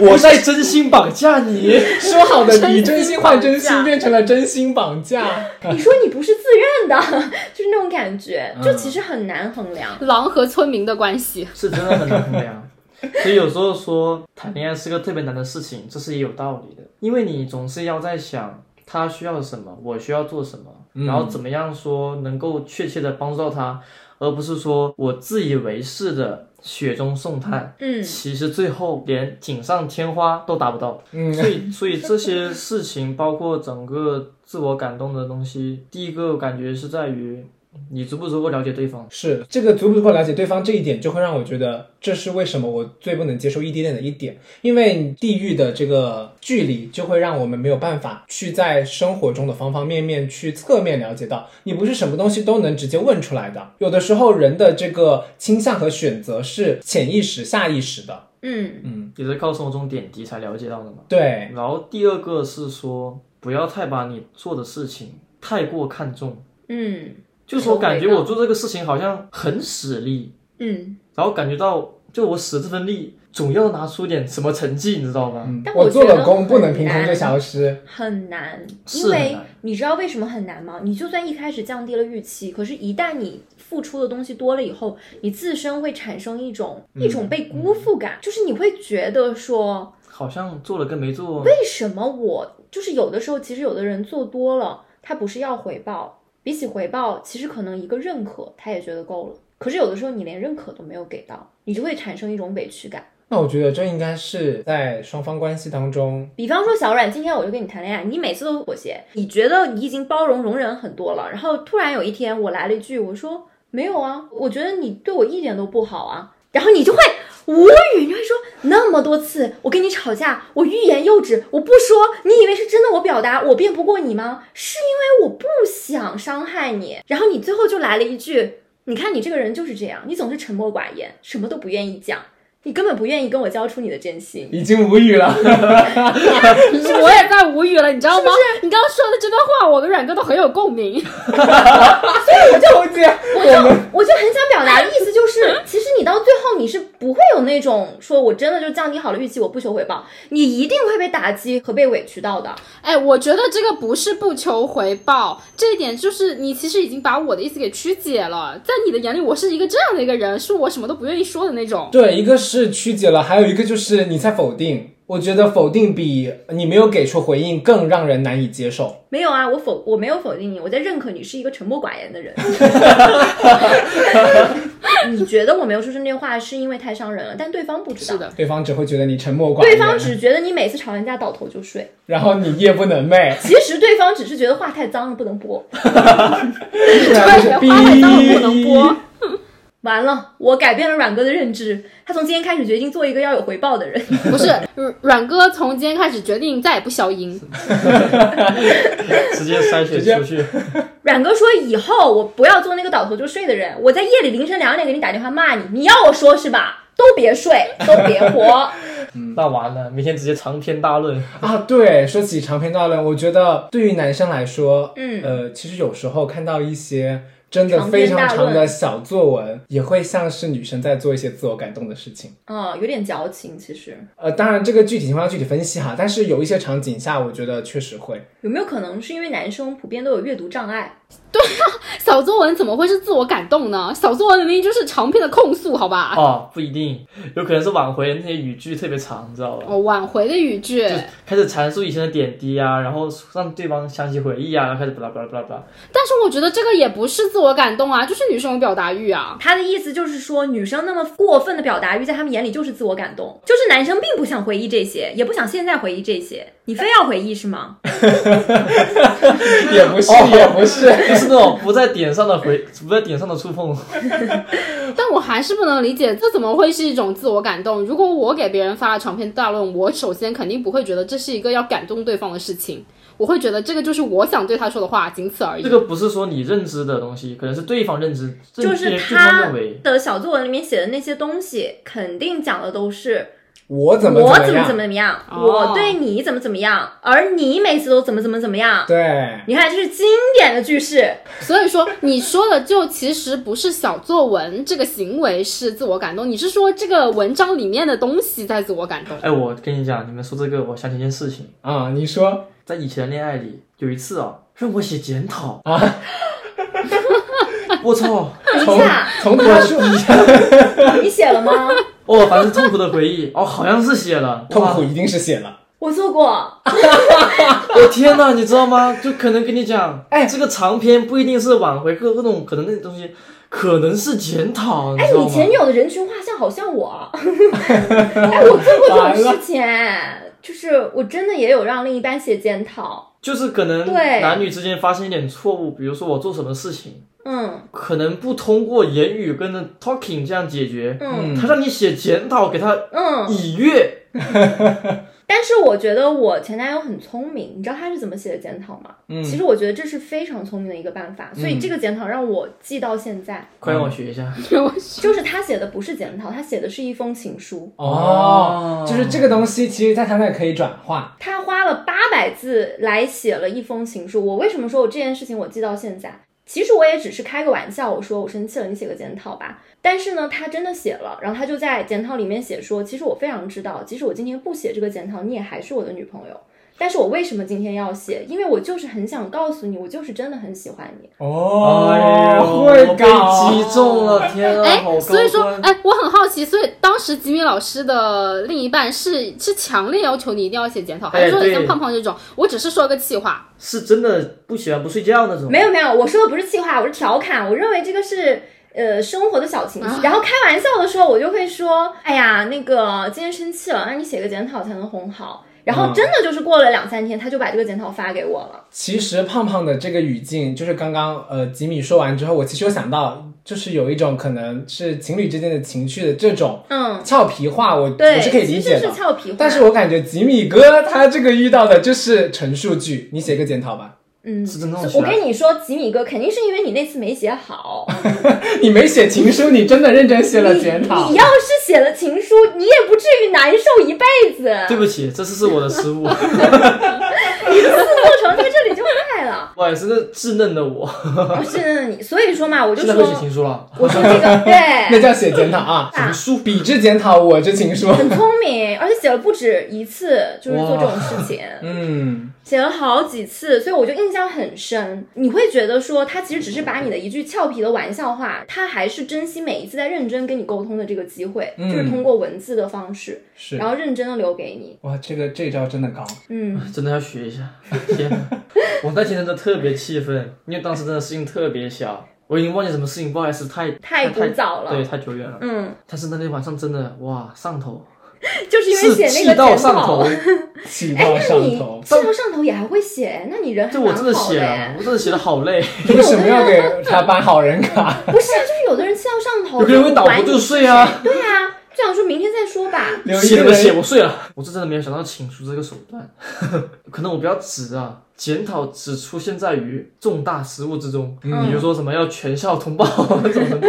Speaker 4: 我在真心绑架你，
Speaker 2: 说好的以真心换真心，变成了真心绑架。
Speaker 3: 你说你不是自愿的， 就是那种感觉，就其实很难衡量。
Speaker 1: 狼和村民的关 系，
Speaker 4: 是真的很难衡 量。所以有时候说谈恋爱是个特别难的事情，这是也有道理的，因为你总是要在想他需要什么，我需要做什么，然后怎么样说能够确切的帮助到他，而不是说我自以为是的雪中送炭，
Speaker 3: 嗯
Speaker 4: 其实最后连锦上添花都达不到。
Speaker 2: 嗯
Speaker 4: 所以所以这些事情，包括整个自我感动的东西，第一个感觉是在于你足不足够了解对方。
Speaker 2: 是这个足不足够了解对方这一点，就会让我觉得这是为什么我最不能接受异地恋的一点，因为地域的这个距离就会让我们没有办法去在生活中的方方面面去侧面了解到，你不是什么东西都能直接问出来的，有的时候人的这个倾向和选择是潜意识、下意识的，
Speaker 3: 嗯
Speaker 2: 嗯，
Speaker 4: 也是靠生活中点滴才了解到的嘛。
Speaker 2: 对，
Speaker 4: 然后第二个是说，不要太把你做的事情太过看重，
Speaker 3: 嗯
Speaker 4: 就是我感觉
Speaker 3: 我懂
Speaker 4: 我做这个事情好像很使力，
Speaker 3: 嗯，
Speaker 4: 然后感觉到就我使这份力，总要拿出点什么成绩，你知道吗？
Speaker 2: 嗯
Speaker 3: 但
Speaker 2: 我
Speaker 3: 我
Speaker 2: 做
Speaker 3: 觉
Speaker 2: 了
Speaker 3: 得
Speaker 2: 工不
Speaker 3: 很
Speaker 2: 能凭空就
Speaker 3: 难
Speaker 2: 消失，
Speaker 3: 很难，因
Speaker 4: 是很
Speaker 3: 为
Speaker 4: 难
Speaker 3: 你知道为什么很难吗？你就算一开始降低了预期，可是，一旦你付出的东西多了以后，你自身会产生一种
Speaker 4: 嗯
Speaker 3: 一种被辜负感，就是你会觉得说，
Speaker 4: 好像做了跟没做，
Speaker 3: 为什么我就是有的时候，其实有的人做多了，他不是要回报，比起回报，其实可能一个认可他也觉得够了。可是有的时候你连认可都没有给到，你就会产生一种委屈感。
Speaker 2: 那我觉得这应该是在双方关系当 中，
Speaker 3: 比方说小阮，今天我就跟你谈恋爱，你每次都妥协，你觉得你已经包容容忍很多了，然后突然有一天我来了一句，我说没有啊，我觉得你对我一点都不好啊，然后你就会无语，你会说那么多次我跟你吵架，我欲言又止，我不说，你以为是真的我表达我辩不过你吗？是因为我不想伤害你，然后你最后就来了一句，你看你这个人就是这样，你总是沉默寡言，什么都不愿意讲，你根本不愿意跟我交出你的真心。
Speaker 2: 已经无语了。
Speaker 1: 我也在无语了，你知道吗？你刚刚说的这段话，我跟阮哥都很有共鸣。
Speaker 2: 我纠结，
Speaker 3: 我就我就很想表达的意 思就是，其实你到最后你是不会有那种说我真的就降低好了预期，我不求回报，你一定会被打击和被委屈到的。
Speaker 1: 哎，我觉得这个不是不求回报，这一点就是你其实已经把我的意思给曲解了。在你的眼里，我是一个这样的一个人，是我什么都不愿意说的那种。
Speaker 2: 对，一个是曲解了，还有一个就是你在否定。我觉得否定比你没有给出回应更让人难以接受。
Speaker 3: 没有啊，我否我没有否定你，我在认可你是一个沉默寡言 的人。你觉得我没有说出那话是因为太伤人了，但对方不知道，
Speaker 1: 是的，
Speaker 2: 对方只会觉得你沉默寡言，
Speaker 3: 对方只觉得你每次吵完架倒头就睡，
Speaker 2: 然后你夜不 能寐，
Speaker 3: 其实对方只是觉得话太脏了不能播。
Speaker 2: 不然就是
Speaker 1: 对话太脏了
Speaker 2: 逼
Speaker 1: 哎不能播。
Speaker 3: 完了，我改变了阮哥的认知，他从今天开始决定做一个要有回报的人。
Speaker 1: 不是，阮阮哥从今天开始决定再也不消音。
Speaker 4: 直接筛选出去。
Speaker 3: 阮哥说：“以后我不要做那个倒头就睡的人，我在夜里凌晨两点给你打电话骂你，你要我说是吧？都别睡，都别 活。
Speaker 4: 那完了，明天直接长篇大论。
Speaker 2: 啊！对，说起长篇大论，我觉得对于男生来说，
Speaker 3: 嗯
Speaker 2: 呃，其实有时候看到一些真的
Speaker 3: 长篇
Speaker 2: 非常
Speaker 3: 大
Speaker 2: 长的
Speaker 3: 论
Speaker 2: 小作文，也会像是女生在做一些自我感动的事情。
Speaker 3: 嗯，有点矫情，其实
Speaker 2: 呃，当然这个具体情况要具体分析哈，但是有一些场景下，我觉得确实会。
Speaker 3: 有没有可能是因为男生普遍都有阅读障碍？
Speaker 1: 小作文怎么会是自我感动呢？小作文明明就是长篇的控诉，好吧？
Speaker 4: 哦，不一定，有可能是挽回那些语句特别长，你知道吧？
Speaker 1: 哦，挽回的语句，
Speaker 4: 就开始阐述以前的点滴啊，然后让对方想起回忆啊，然后开始巴拉巴拉巴拉巴拉。
Speaker 1: 但是我觉得这个也不是自我感动啊，就是女生有表达欲啊。
Speaker 3: 他的意思就是说，女生那么过分的表达欲，在他们眼里就是自我感动，就是男生并不想回忆这些，也不想现在回忆这些，你非要回忆是吗？
Speaker 2: 也不是，也不是。
Speaker 4: 就是那种不在点上的回， 不在点上的触碰。
Speaker 1: 但我还是不能理解，这怎么会是一种自我感动？如果我给别人发了长篇大论，我首先肯定不会觉得这是一个要感动对方的事情，我会觉得这个就是我想对他说的话，仅此而已
Speaker 4: 这。个不是说你认知的东西，可能是对方认知，
Speaker 3: 就
Speaker 4: 认
Speaker 3: 是
Speaker 4: 对方
Speaker 3: 他
Speaker 4: 认为。
Speaker 3: 的小作文里面写的那些东西，肯定讲的都是
Speaker 2: 我怎么
Speaker 3: 我
Speaker 2: 怎
Speaker 3: 怎么
Speaker 2: 样，
Speaker 3: 怎么怎么样，
Speaker 1: 哦
Speaker 3: 我对你怎么怎么样，而你每次都怎么怎么怎么样。
Speaker 2: 对，
Speaker 3: 你看，这是经典的句式，
Speaker 1: 所以说，你说的就其实不是小作文这个行为是自我感动，你是说这个文章里面的东西在自我感 动。
Speaker 4: 哎，我跟你讲，你们说这个，我想起一件事情，
Speaker 2: 啊、你说
Speaker 4: 在以前的恋爱里，有一次哦，让我写检讨啊，我操，
Speaker 2: 从
Speaker 3: 下
Speaker 2: 从他说
Speaker 3: 你写 了吗？
Speaker 4: 哦，反正是痛苦的回忆，哦，好像是写了，
Speaker 2: 痛
Speaker 4: 哇
Speaker 2: 苦一定是写了，
Speaker 3: 我做过，
Speaker 4: 我天呐，你知道吗？就可能跟你讲，
Speaker 2: 哎
Speaker 4: 这个长篇不一定是挽回各各种可能那东西，可能是检讨，你
Speaker 3: 哎
Speaker 4: 知，道
Speaker 3: 以
Speaker 4: 吗？
Speaker 3: 前有的人群画像好 像我，啊哎，我做过
Speaker 2: 完
Speaker 3: 这
Speaker 2: 了
Speaker 3: 种事情，哎就是我真的也有让另一半写检讨，
Speaker 4: 就是可能
Speaker 3: 对
Speaker 4: 男女之间发生一点错误，比如说我做什么事情，
Speaker 3: 嗯
Speaker 4: 可能不通过言语跟着 talking 这样解决，
Speaker 3: 嗯
Speaker 4: 他让你写检讨给他
Speaker 3: 嗯，
Speaker 4: 以阅，
Speaker 3: 但是我觉得我前男友很聪明，你知道他是怎么写的检讨吗？
Speaker 2: 嗯
Speaker 3: 其实我觉得这是非常聪明的一个办法，所以这个检讨让我记到现在。
Speaker 4: 快让我学一下。
Speaker 3: 就是他写的不是检讨，他写的是一封情书。
Speaker 2: 哦，就是这个东西，其实在他那可以转化，
Speaker 3: 他花了八百字来写了一封情书。我为什么说我这件事情我记到现在？其实我也只是开个玩笑，我说我生气了，你写个检讨吧。但是呢，他真的写了，然后他就在检讨里面写说，其实我非常知道，即使我今天不写这个检讨，你也还是我的女朋友。但是我为什么今天要写？因为我就是很想告诉你，我就是真的很喜欢你。嗯
Speaker 2: 哦，
Speaker 4: 呀，
Speaker 2: 会
Speaker 4: 哎我被
Speaker 2: 搞，
Speaker 4: 击中了，天啊，
Speaker 1: 哎
Speaker 4: 好，高
Speaker 1: 所以说，
Speaker 4: 端
Speaker 3: 呃
Speaker 1: 哎，我很好奇，所以当时吉米老师的另一半是是强烈要求你一定要写检讨，还是说
Speaker 4: 哎对
Speaker 1: 像胖胖这种，我只是说个气话？
Speaker 4: 是真的不喜欢不睡觉那种。
Speaker 3: 没有没有，我说的不是气话，我是调侃。我认为这个是呃生活的小情绪。然后开玩笑的时候，我就会说：“哎呀，那个今天生气了，那你写个检讨才能哄好。”然后真的就是过了两三天，他就把这个检讨发给我了。
Speaker 2: 其实胖胖的这个语境，就是刚刚呃吉米说完之后，我其实有想到，就是有一种可能是情侣之间的情绪的这种
Speaker 3: 嗯，
Speaker 2: 俏皮话，我
Speaker 3: 对，
Speaker 2: 我是可以理
Speaker 3: 其实
Speaker 2: 解
Speaker 3: 就是
Speaker 2: 的。
Speaker 3: 俏皮话。
Speaker 2: 但是我感觉吉米哥他这个遇到的就是陈述句，你写个检讨吧，
Speaker 3: 嗯，
Speaker 4: 是真的
Speaker 3: 我跟你说，吉米哥肯定是因为你那次没写好。
Speaker 2: 你没写情书，你真的认真写了
Speaker 3: 你
Speaker 2: 检讨
Speaker 3: 你。要是写了情书，你也不至于难受一辈子。
Speaker 4: 对不起，这次是我的 失误，
Speaker 3: 过程在这里就坏了，
Speaker 4: 我也是那稚嫩的我，
Speaker 3: 不是你。所以说嘛，我就
Speaker 4: 现在会写
Speaker 3: 说，
Speaker 4: 情书了。
Speaker 3: 我说这个
Speaker 2: 那
Speaker 3: 对。
Speaker 2: 叫写检讨啊，
Speaker 3: 啊
Speaker 2: 书比之检讨我之情书。
Speaker 3: 很聪明，而且写了不止一次，就是做这种事情，
Speaker 2: 嗯，
Speaker 3: 写了好几次，所以我就印象很深。你会觉得说，他其实只是把你的一句俏皮的玩笑话，他还是珍惜每一次在认真跟你沟通的这个机会，
Speaker 2: 嗯
Speaker 3: 就是通过文字的方式，
Speaker 2: 是
Speaker 3: 然后认真的留给你。
Speaker 2: 哇，这个这招真的高。
Speaker 3: 嗯，
Speaker 4: 真的要学一下。天 哪，我那天真的特别气愤，因为当时真的事情特别小，我已经忘记什么事情，不好意思，太
Speaker 3: 太古早了
Speaker 4: 对，太久远了。
Speaker 3: 嗯，
Speaker 4: 但是那天晚上真的哇上头，
Speaker 3: 就是因为
Speaker 4: 是
Speaker 3: 写那
Speaker 4: 气
Speaker 3: 个啊
Speaker 4: 到
Speaker 3: 检
Speaker 4: 上
Speaker 3: 讨
Speaker 4: 头，，
Speaker 3: 哎
Speaker 2: 气到
Speaker 3: 那
Speaker 2: 上
Speaker 3: 你
Speaker 2: 头，
Speaker 3: 气到上头也还会写，那你人还
Speaker 4: 这我
Speaker 3: 蛮
Speaker 4: 真的
Speaker 3: 好
Speaker 4: 写啊
Speaker 3: 的
Speaker 4: 了，
Speaker 3: 哎。
Speaker 4: 我真的写的好累，
Speaker 2: 这为什么要给他办好人卡？
Speaker 3: 不是啊，就是有的人气到上头，
Speaker 4: 有个人会倒
Speaker 3: 完
Speaker 4: 头就睡啊。
Speaker 3: 对啊，就想说明天再说吧。
Speaker 2: 留一
Speaker 4: 写
Speaker 2: 个
Speaker 4: 了写，
Speaker 2: 人
Speaker 4: 我睡了。我是真的没有想到情书这个手段， 可能我比较直啊。检讨只出现在于重大失误之中，
Speaker 2: 嗯
Speaker 4: 比如说什么要全校通报啊 这种程度。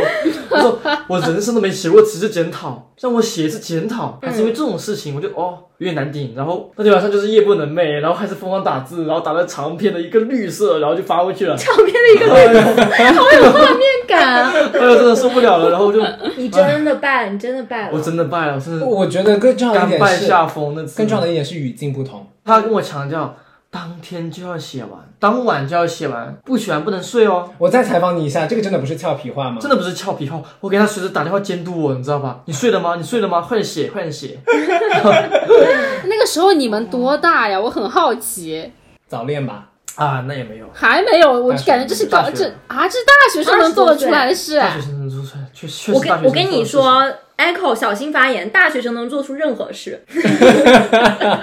Speaker 4: 我说我人生都没写过几次检讨，让我写一次检讨，还
Speaker 2: 嗯
Speaker 4: 是因为这种事情，我就哦有点难顶。然后那天晚上就是夜不能寐，然后还是疯狂打字，然后打了长篇的一个绿色，然后就发过去了。
Speaker 3: 场面的一个对比， 好有画面感啊！
Speaker 4: 哎呦，真的受不了了，然后 我就
Speaker 3: 你真的败，你真的败了。
Speaker 4: 我真的败了，我真的
Speaker 2: 我觉得更重要的一
Speaker 4: 甘
Speaker 2: 点
Speaker 4: 拜
Speaker 2: 是，
Speaker 4: 下风。那次
Speaker 2: 更重要的一点是语境不同。
Speaker 4: 他跟我强调，当天就要写完，当晚就要写完，不写完不能睡哦。
Speaker 2: 我再采访你一下，这个真的不是俏皮话吗？
Speaker 4: 真的不是俏皮话，我给他随时打电话监督我，你知道吧？你睡了吗？你睡了吗？快点写，快点写！
Speaker 1: 那个时候你们多大呀？我很好奇，
Speaker 2: 早恋吧，
Speaker 4: 啊，那也没有，
Speaker 1: 还没有，我
Speaker 2: 大
Speaker 1: 就
Speaker 2: 学
Speaker 1: 感觉这是
Speaker 4: 大
Speaker 1: 高
Speaker 4: 学
Speaker 1: 这啊，这大学生能做得出来的事
Speaker 4: 大
Speaker 1: 哎。
Speaker 4: 学生能做出来，确确实
Speaker 3: 我
Speaker 4: 大
Speaker 3: 跟啊
Speaker 4: 学生
Speaker 3: 我跟你
Speaker 4: 做
Speaker 3: 说，Echo 小心发言，大学生能做出任何事，
Speaker 4: 得出来，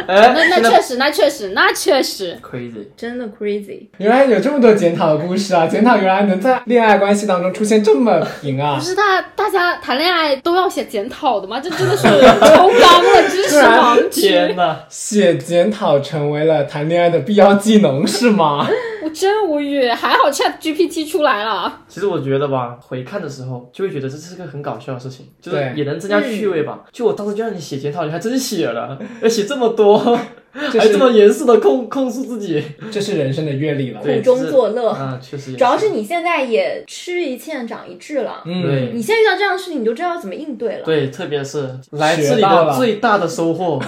Speaker 4: 哎，
Speaker 1: 那那
Speaker 4: 现在
Speaker 1: 确实，那确实，那确实，
Speaker 4: crazy，
Speaker 3: 真的 crazy。
Speaker 2: 原来有这么多检讨的故事啊！检讨原来能在恋爱关系当中出现这么频
Speaker 1: 不
Speaker 2: 啊！
Speaker 1: 是大大家谈恋爱都要写检讨的吗？这真的是超纲了，知识盲区。
Speaker 4: 天哪！
Speaker 2: 写检讨成为了谈恋爱的必要技能是吗？
Speaker 1: 我真无语，还好 Chat GPT 出来了。
Speaker 4: 其实我觉得吧，回看的时候就会觉得这是个很搞笑的事情，就是
Speaker 2: 对
Speaker 4: 也能增加趣味
Speaker 3: 嗯
Speaker 4: 吧。就我当时就让你写检讨，你还真写 了，要写这么多，
Speaker 3: 哎
Speaker 4: 还这么严肃的控控诉自己，
Speaker 2: 这是人生的阅历了。
Speaker 4: 对
Speaker 3: 苦中作乐
Speaker 4: 啊，确实也
Speaker 3: 主要是你现在也吃一堑长一智了，
Speaker 2: 嗯，
Speaker 4: 对
Speaker 3: 你现在遇到这样的事情，你就知道怎么应对了。
Speaker 4: 对，特别是来
Speaker 2: 学
Speaker 4: 这里
Speaker 2: 到了
Speaker 4: 的最大的收 获，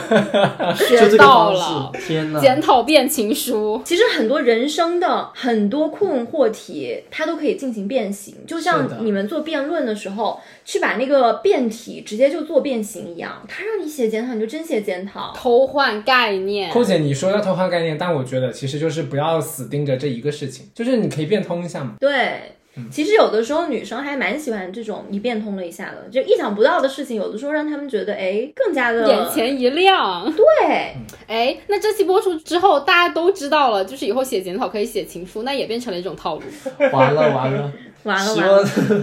Speaker 4: 就
Speaker 1: 学
Speaker 4: 这个
Speaker 1: 到
Speaker 4: 方
Speaker 1: 了，
Speaker 4: 式，天哪！
Speaker 1: 检讨变情书。
Speaker 3: 其实很多人生的很多困惑题，它都可以进行变形，就
Speaker 2: 是的
Speaker 3: 像你们做辩论的时候，去把那个辩题直接就做变形一样。他让你写检讨，你就真写检讨。
Speaker 1: 偷换概念，
Speaker 2: 寇姐，你说要偷换概念，但我觉得其实就是不要死盯着这一个事情，就是你可以变通一下嘛。
Speaker 3: 对，其实有的时候女生还蛮喜欢这种一变通了一下的，就意想不到的事情，有的时候让他们觉得哎更加的
Speaker 1: 眼前一亮。
Speaker 3: 对，
Speaker 1: 哎，那这期播出之后，大家都知道了，就是以后写检讨可以写情书，那也变成了一种套路。
Speaker 4: 完了完了，
Speaker 3: 完了
Speaker 4: 希
Speaker 3: 完了
Speaker 4: 望。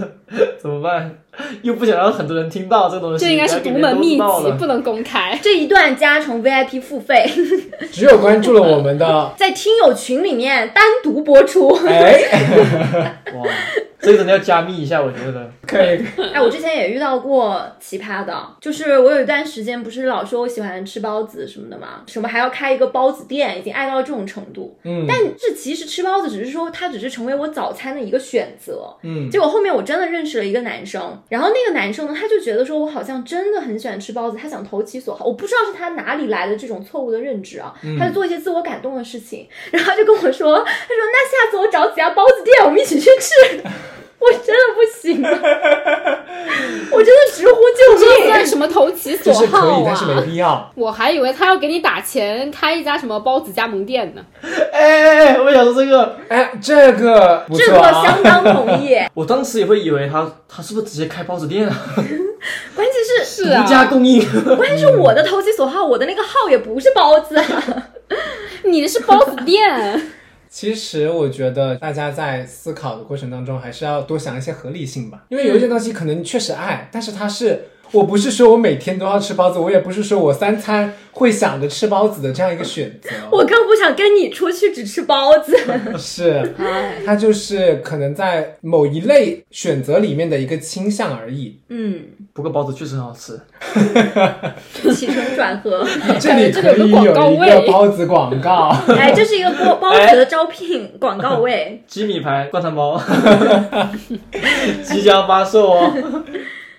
Speaker 4: 怎么办？又不想让很多人听到这个东西，
Speaker 1: 这应该是
Speaker 4: 不
Speaker 1: 独
Speaker 4: 要给别
Speaker 1: 门
Speaker 4: 人都
Speaker 1: 秘
Speaker 4: 知道
Speaker 1: 籍，
Speaker 4: 了
Speaker 1: 不能公 开。
Speaker 3: 这一段加成 VIP 付费，
Speaker 2: 只有关注了我们 的，
Speaker 3: 在听友群里面单独播出。
Speaker 2: 哎，
Speaker 4: 哇，这个真的要加密一下，我觉得。
Speaker 2: 可以，
Speaker 3: 哎，我之前也遇到过奇葩的，就是我有一段时间不是老说我喜欢吃包子什么的嘛，什么还要开一个包子店，已经爱到这种程度。
Speaker 2: 嗯
Speaker 3: 但这其实吃包子只是说它只是成为我早餐的一个选择。
Speaker 2: 嗯，
Speaker 3: 结果后面我真的认识了一个男生，然后那个男生呢，他就觉得说我好像真的很喜欢吃包子，他想投其所好，我不知道是他哪里来的这种错误的认知啊，
Speaker 2: 嗯
Speaker 3: 他就做一些自我感动的事情，然后他就跟我说，他说那下次我找几家包子店，我们一起去吃。我真的不 行了，我真的直呼
Speaker 1: 这
Speaker 3: 救
Speaker 1: 算
Speaker 3: 命！
Speaker 1: 什么投其所
Speaker 2: 就是可
Speaker 1: 好
Speaker 2: 以，但是没
Speaker 1: 啊？
Speaker 2: 必要。
Speaker 1: 我还以为他要给你打钱开一家什么包子加盟店呢。
Speaker 4: 哎哎哎，我想说这个，
Speaker 2: 哎，这个不
Speaker 3: 这
Speaker 2: 错
Speaker 3: 个
Speaker 2: 啊，
Speaker 3: 相当同意，
Speaker 4: 我当时也会以为他他是不是直接开包子店啊，
Speaker 3: 关键是
Speaker 1: 是啊
Speaker 4: 独，家供应。
Speaker 3: 关键是我的投其所好，我的那个号也不是包子啊。
Speaker 1: 你的是包子店，
Speaker 2: 其实我觉得大家在思考的过程当中，还是要多想一些合理性吧，因为有一些东西可能你确实爱，但是它是。我不是说我每天都要吃包子，我也不是说我三餐会想着吃包子的这样一个选择。
Speaker 3: 我更不想跟你出去只吃包子。
Speaker 2: 是，
Speaker 1: 哎
Speaker 2: 它就是可能在某一类选择里面的一个倾向 而已。
Speaker 3: 嗯，
Speaker 4: 不过包子确实很好吃，
Speaker 3: 起承转合。
Speaker 2: 这里
Speaker 1: 哎这
Speaker 2: 可
Speaker 1: 个有
Speaker 2: 以
Speaker 1: 个广告
Speaker 2: 有一个
Speaker 1: 位
Speaker 2: 包子广告，
Speaker 3: 哎，这是一个包包子的招聘广告 位。
Speaker 4: 鸡米牌、灌汤包 即将发售哦。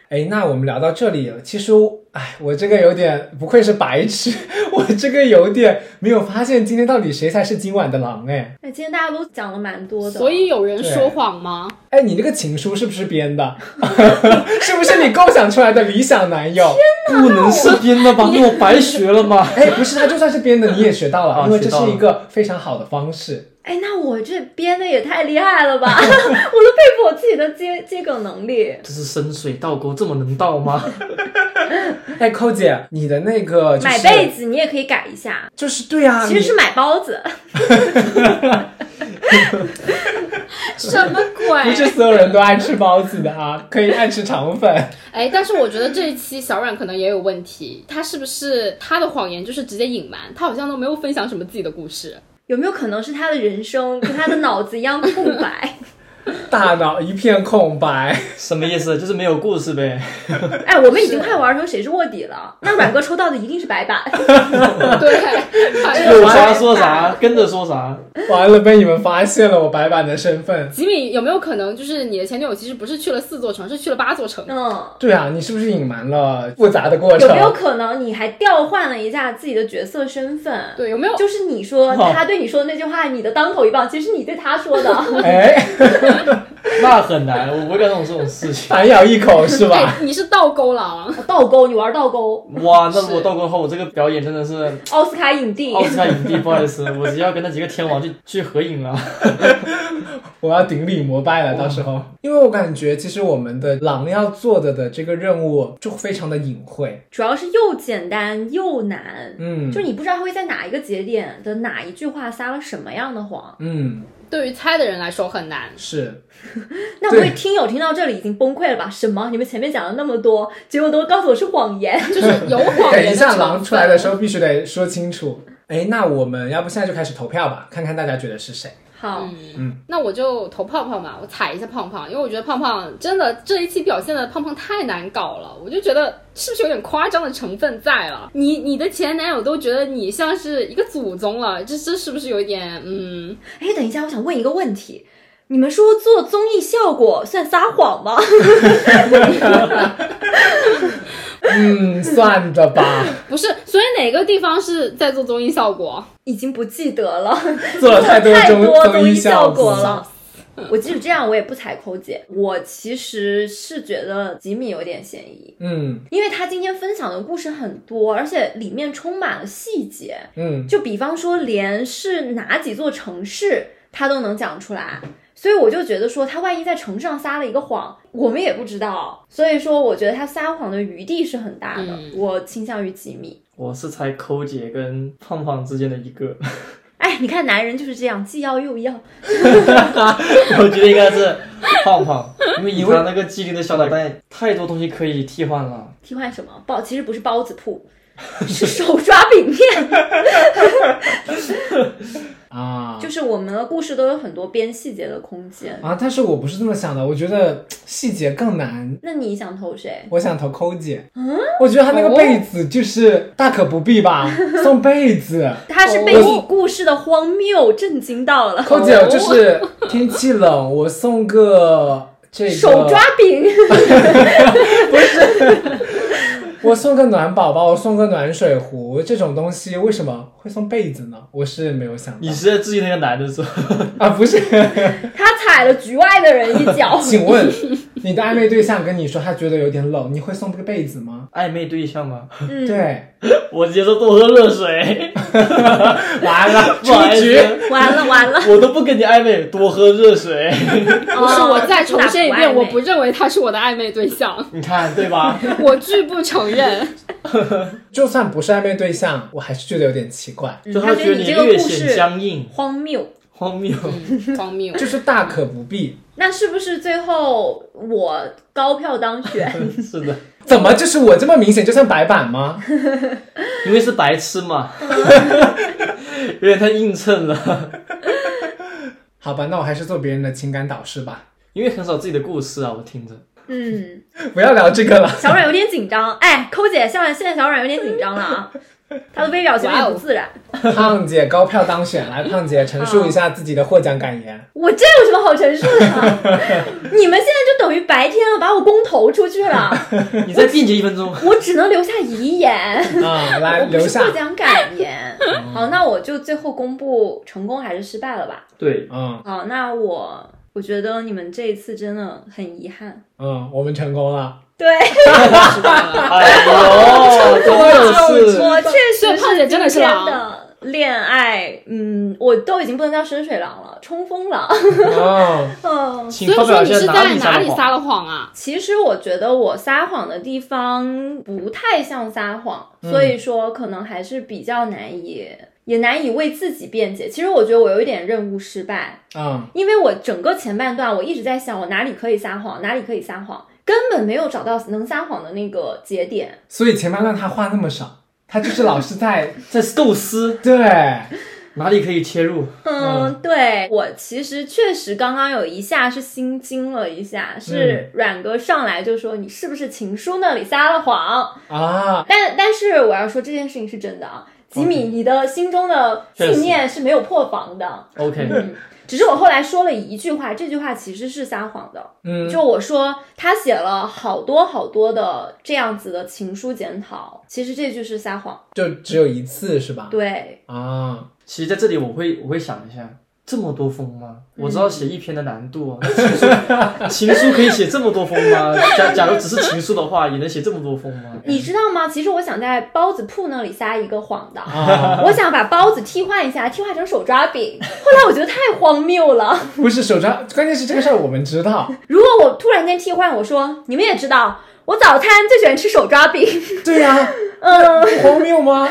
Speaker 2: 哎，那我们聊到这里了，其实我，哎，我这个有点不愧是白痴， 我这个有点没有发现今天到底谁才是今晚的狼哎。
Speaker 3: 哎，今天大家都讲了蛮多 的，
Speaker 1: 所以有人说谎吗？
Speaker 2: 哎，你这个情书是不是编的？ 是不是你构想出来的理想男友？
Speaker 4: 不能是编的吧？那我白学了吗？
Speaker 2: 哎，不是，他就算是编的，你也学
Speaker 1: 哦
Speaker 2: 到了，
Speaker 4: 啊
Speaker 2: 因为这
Speaker 4: 学到
Speaker 2: 是
Speaker 4: 了
Speaker 2: 一个非常好的方式。
Speaker 3: 哎，那我这编的也太厉害 了吧！我都佩服我自己的接接梗能力。
Speaker 4: 这是深水倒钩，这么能倒吗？
Speaker 2: 哎，寇姐，你的那个、就是、
Speaker 3: 买被子你也可以改一下，
Speaker 2: 就是对啊，
Speaker 3: 其实
Speaker 2: 你
Speaker 3: 是买包子。
Speaker 1: 什么
Speaker 2: 不是
Speaker 1: 鬼？
Speaker 2: 所有人都爱吃包子的啊， 可以爱吃肠粉。
Speaker 1: 哎，但是我觉得这一期小阮可能也有问题，他是不是他的谎言就是直接隐瞒？他好像都没有分享什么自己的故事。
Speaker 3: 有没有可能是他的人生跟他的脑子一样 空白？
Speaker 2: 大脑一片空白，
Speaker 4: 什么意思？就是没有故事呗。
Speaker 3: 哎，我们已经快玩成谁是卧底了。那阮哥抽到的一定是 白板。
Speaker 1: 对，反正
Speaker 4: 有啥说啥，跟着说啥。
Speaker 2: 完了被你们发现了我白板的身份。
Speaker 1: 吉米有没有可能就是你的前女友其实不是去了四座城，是去了八座城？
Speaker 3: 嗯，
Speaker 2: 对啊，你是不是隐瞒了复杂的过程？
Speaker 3: 有没有可能你还调换了一下自己的角色身份？
Speaker 1: 对，有没有？
Speaker 3: 就是你说
Speaker 4: 哦
Speaker 3: 他对你说的那句话，你的当头一棒，其实是你对他说的。
Speaker 2: 哎，
Speaker 4: 那很难，我不会干这种这种事情。
Speaker 2: 反咬一口是吧？
Speaker 1: 哎，你是倒钩狼，
Speaker 3: 倒钩，你玩倒钩，
Speaker 4: 哇，那我倒钩后，我这个表演真的是
Speaker 3: 奥斯卡影帝
Speaker 4: 奥。
Speaker 2: 哦
Speaker 4: 斯卡影帝，不好意思，我直接要跟那几个天王去去合影了。
Speaker 2: 我要顶礼膜拜了，到时候。因为我感觉其实我们的狼要做的的这个任务就非常的隐晦，
Speaker 3: 主要是又简单又难，
Speaker 2: 嗯
Speaker 3: 就你不知道他会在哪一个节点的哪一句话撒了什么样的谎。
Speaker 2: 嗯，
Speaker 1: 对于猜的人来说很难。
Speaker 2: 是
Speaker 3: 那
Speaker 2: 对
Speaker 3: 我会听友听到这里已经崩溃了吧？什么？你们前面讲了那么多，结果都告诉我是谎言。
Speaker 1: 就是有 谎
Speaker 2: 等
Speaker 1: 言
Speaker 2: 哎一
Speaker 1: 的
Speaker 2: 下
Speaker 1: 成
Speaker 2: 狼
Speaker 1: 分。
Speaker 2: 出来的时候必须得说清楚。哎，那我们要不现在就开始投票吧，看看大家觉得是谁？
Speaker 3: 好，
Speaker 1: 那我就投胖胖吧，我踩一下胖胖，因为我觉得胖胖真的这一期表现的胖胖太难搞了，我就觉得是不是有点夸张的成分在了？你你的前男友都觉得你像是一个祖宗了，这这是不是有一点嗯？
Speaker 3: 哎，等一下，我想问一个问题，你们说做综艺效果算撒谎吗？
Speaker 2: 嗯，算的吧，
Speaker 1: 不是，所以哪个地方是在做综艺效果？
Speaker 3: 已经不记得了，
Speaker 2: 做了太多
Speaker 3: 太
Speaker 2: 综
Speaker 3: 多综
Speaker 2: 综
Speaker 3: 艺
Speaker 2: 艺
Speaker 3: 效果
Speaker 2: 果。
Speaker 3: 了。我即使这样，我也不踩扣姐。我其实是觉得吉米有点嫌疑，
Speaker 2: 嗯
Speaker 3: 因为他今天分享的故事很多，而且里面充满了细节。
Speaker 2: 嗯，
Speaker 3: 就比方说，连是哪几座城市，他都能讲出来。所以我就觉得说，他万一在城市上撒了一个谎，我们也不知道。所以说，我觉得他撒谎的余地是很大的。
Speaker 1: 嗯
Speaker 3: 我倾向于吉米。
Speaker 4: 我是猜抠姐跟胖胖之间的一 个，
Speaker 3: 哎，你看男人就是这样，既要又要。
Speaker 4: 我觉得应该是胖胖，因为以他那个机灵的小脑袋，太多东西可以替换了。
Speaker 3: 替换什么包？其实不是包子铺，是手抓饼店。
Speaker 2: 啊
Speaker 3: 就是我们的故事都有很多编细节的空间。
Speaker 2: 啊！但是我不是这么想的，我觉得细节更难。
Speaker 3: 那你想投谁？
Speaker 2: 我想投抠姐，
Speaker 3: 啊
Speaker 2: 嗯，我觉得她那个被子就是大可不必吧，
Speaker 3: 哦
Speaker 2: 送被子。
Speaker 3: 他是被你故事的荒谬震惊到了。
Speaker 2: 抠姐就是天气冷，我送个这个
Speaker 3: 手抓饼，
Speaker 2: 我送个暖宝宝，我送个暖水壶，这种东西为什么会送被子呢？我是没有想到
Speaker 4: 你是在质疑那个男的说，
Speaker 2: 啊，不是。。
Speaker 3: 他踩了局外的人一 脚
Speaker 2: 请问你的暧昧对象跟你说他觉得有点冷，你会送个被子吗？
Speaker 4: 暧昧对象吗？
Speaker 3: 嗯，
Speaker 2: 对，
Speaker 4: 我直接说多喝热水，
Speaker 2: 完 了，
Speaker 4: 不好
Speaker 2: 出
Speaker 4: 意
Speaker 2: 局。
Speaker 4: 思，
Speaker 3: 完了完了，
Speaker 4: 我都不跟你暧昧，多喝热水。
Speaker 3: 不
Speaker 1: 不是，我再重申一遍，我哦
Speaker 3: 哦
Speaker 1: 不认为他是我的暧昧对象，
Speaker 4: 你看对吧？
Speaker 1: 我拒不承认。
Speaker 2: 就算不是暧昧对象，我还是觉得有点奇怪，
Speaker 1: 嗯
Speaker 4: 就他觉得
Speaker 3: 你
Speaker 4: 你
Speaker 3: 这个
Speaker 4: 略
Speaker 3: 故
Speaker 4: 显
Speaker 3: 事
Speaker 4: 僵硬、
Speaker 3: 荒谬。
Speaker 4: 荒谬。
Speaker 1: 荒谬。
Speaker 2: 就是大可不必。
Speaker 3: 那是不是最后我高票当选？
Speaker 4: 是的，
Speaker 2: 怎么就是我这么明显就像白板吗？
Speaker 4: 因为是白痴嘛，有点太硬蹭了。
Speaker 2: 好吧，那我还是做别人的情感导师吧，
Speaker 4: 因为很少自己的故事啊，我听着。
Speaker 3: 嗯，
Speaker 2: 不要聊这个 了。
Speaker 3: 小阮有点紧张。哎，抠姐，现在现在小阮有点紧张 了啊，她的微表情有点不自
Speaker 1: 哦
Speaker 3: 然。
Speaker 2: 胖姐高票当选，来，胖姐陈述一下自己的获奖感 言。
Speaker 3: 我这有什么好陈述的啊？ 你们现在就等于白天了，把我公投出去了，
Speaker 4: 你再辩解一分钟，
Speaker 3: 我只能留下遗言，
Speaker 2: 啊、来
Speaker 3: 我不
Speaker 2: 留
Speaker 3: 是
Speaker 2: 下
Speaker 3: 获。奖感 言。
Speaker 1: 嗯
Speaker 3: 好，那我就最后公布成功还是失败了吧？
Speaker 4: 对，
Speaker 2: 嗯
Speaker 3: 好，那我我觉得你们这一次真的很遗憾。
Speaker 2: 嗯，我们成功了。
Speaker 3: 对，
Speaker 4: 哎呦，真的是
Speaker 3: 我确实
Speaker 1: 这胖姐真的是
Speaker 3: 真
Speaker 1: 狼
Speaker 3: 的恋爱，嗯，我都已经不能叫深水狼了， 冲锋狼。
Speaker 2: 嗯，
Speaker 3: 嗯，
Speaker 4: 请
Speaker 1: 所以
Speaker 4: 发
Speaker 1: 说
Speaker 4: 表一
Speaker 1: 你是
Speaker 4: 下
Speaker 1: 在
Speaker 4: 撒
Speaker 1: 哪
Speaker 4: 的
Speaker 1: 里
Speaker 4: 谎。
Speaker 1: 撒了谎啊？
Speaker 3: 其实我觉得我撒谎的地方不太像撒谎，所
Speaker 1: 嗯
Speaker 3: 以说可能还是比较难以，也难以为自己辩解。其实我觉得我有一点任务失败，
Speaker 2: 嗯，
Speaker 3: 因为我整个前半段我一直在想我哪里可以撒谎，哪里可以撒谎，根本没有找到能撒谎的那个节点。
Speaker 2: 所以前半段他话那么少，他就是老是在
Speaker 4: 在构思
Speaker 2: 对，
Speaker 4: 哪里可以切入，
Speaker 3: 嗯，对我其实确实刚刚有一下是心惊了一下，是阮哥上来就说你是不是情书那里撒了谎？
Speaker 2: 啊，
Speaker 3: 但但是我要说这件事情是真的啊，吉米，你的心中的
Speaker 4: 确实
Speaker 3: 信念是没有破防的。嗯
Speaker 4: OK，
Speaker 3: 只是我后来说了一句话，这句话其实是撒谎的。
Speaker 2: 嗯，
Speaker 3: 就我说他写了好多好多的这样子的情书检讨，其实这句是撒谎。
Speaker 2: 就只有一次是吧？
Speaker 3: 对，
Speaker 2: 啊，
Speaker 4: 其实在这里我会我会想一下，这么多封吗？我知道写一篇的难度啊，那情书情书可以写这么多封吗？假假如只是情书的话，也能写这么多封吗？
Speaker 3: 你知道吗？其实我想在包子铺那里撒一个谎的。
Speaker 2: 啊，
Speaker 3: 我想把包子替换一下，替换成手抓饼。后来我觉得太荒谬了。
Speaker 2: 不是手抓，关键是这个事儿我们知 道，
Speaker 3: 如果我突然间替换，我说你们也知道，我早餐最喜欢吃手抓饼，
Speaker 2: 对呀、
Speaker 3: 嗯，
Speaker 2: 不荒谬吗？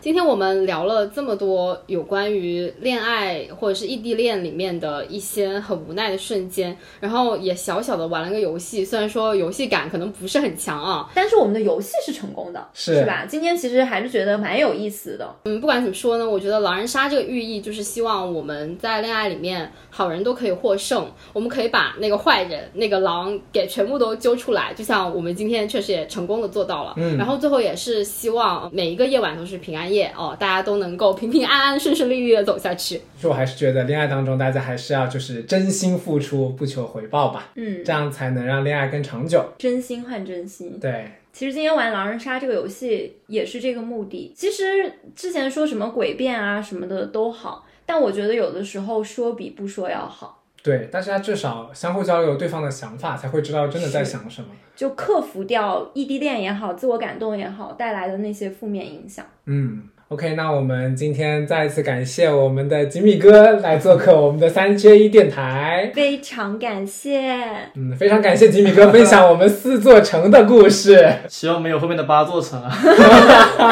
Speaker 1: 今天我们聊了这么多有关于恋爱或者是异地恋里面的一些很无奈的瞬间，然后也小小的玩了个游戏，虽然说游戏感可能不是很强啊，
Speaker 3: 但是我们的游戏是成功的，
Speaker 2: 是
Speaker 3: 吧？今天其实还是觉得蛮有意思的。
Speaker 1: 嗯，不管怎么说呢，我觉得狼人杀这个寓意就是希望我们在恋爱里面好人都可以获胜，我们可以把那个坏人那个狼给全部都揪出来，就像我们今天确实也成功的做到了，
Speaker 2: 嗯
Speaker 1: 然后最后也是希望每一个夜晚都是平安夜哦，大家都能够平平安安、顺顺利利的走下去。
Speaker 2: 就我还是觉得恋爱当中，大家还是要就是真心付出，不求回报吧，
Speaker 3: 嗯
Speaker 2: 这，样才能让恋爱更长久。
Speaker 3: 真心换真心。
Speaker 2: 对，
Speaker 3: 其实今天玩狼人杀这个游戏也是这个目的。其实之前说什么诡辩啊什么的都好，但我觉得有的时候说比不说要好，
Speaker 2: 对，大家至少相互交流对方的想法，才会知道真的在想什么。
Speaker 3: 就克服掉异地恋也好，自我感动也好带来的那些负面影响。
Speaker 2: 嗯，OK，那我们今天再一次感谢我们的吉米哥来做客我们的三缺一电台。
Speaker 3: 非常感谢，
Speaker 2: 嗯，非常感谢吉米哥分享我们四座城的故事。
Speaker 4: 希望没有后面的八座城啊。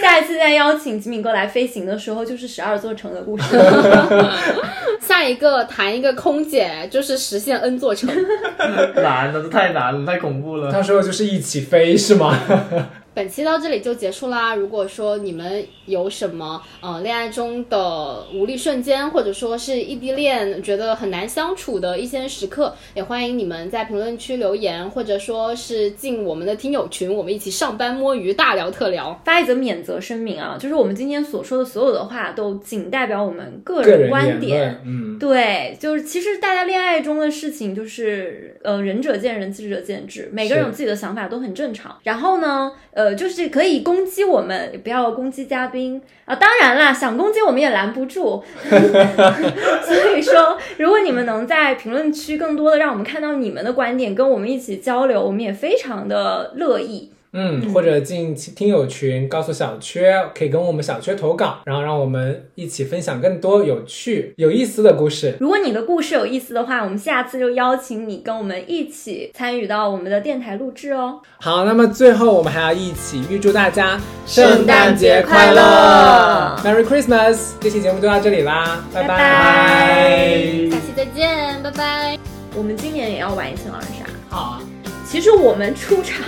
Speaker 3: 下一次再邀请吉米哥来飞行的时候，就是十二座城的故事。
Speaker 1: 下一个谈一个空姐，就是实现 N 座城。
Speaker 4: 难啊了，这太难了，太恐怖了。
Speaker 2: 到时候就是一起飞是吗？
Speaker 1: 本期到这里就结束啦。如果说你们有什么呃恋爱中的无力瞬间，或者说是异地恋觉得很难相处的一些时刻，也欢迎你们在评论区留言，或者说是进我们的听友群，我们一起上班摸鱼大聊特聊。
Speaker 3: 发一则免责声明啊，就是我们今天所说的所有的话，都仅代表我们个
Speaker 2: 个人
Speaker 3: 人观
Speaker 2: 言
Speaker 3: 点
Speaker 2: 论。，嗯，
Speaker 3: 对，就是其实大家恋爱中的事情，就是呃，仁者见仁，智者见智，每个人有自己的想法都很正常。然后呢，呃，就是可以攻击我们，也不要攻击嘉宾啊。当然啦，想攻击我们也拦不住。 所以说，如果你们能在评论区更多的让我们看到你们的观点，跟我们一起交流，我们也非常的乐意。
Speaker 2: 嗯，或者进听友群，告诉小缺，可以跟我们小缺投稿，然后让我们一起分享更多有趣、有意思的故事。
Speaker 3: 如果你的故事有意思的话，我们下次就邀请你跟我们一起参与到我们的电台录制哦。
Speaker 2: 好，那么最后我们还要一起预祝大家
Speaker 4: 圣诞节快乐
Speaker 2: ，Merry Christmas！这期节目就到这里啦，拜
Speaker 3: 拜
Speaker 2: 拜
Speaker 3: 拜。
Speaker 1: 下期再见，拜拜。
Speaker 3: 我们今年也要玩一次狼人杀。
Speaker 2: 好 啊，
Speaker 3: 其实我们出场，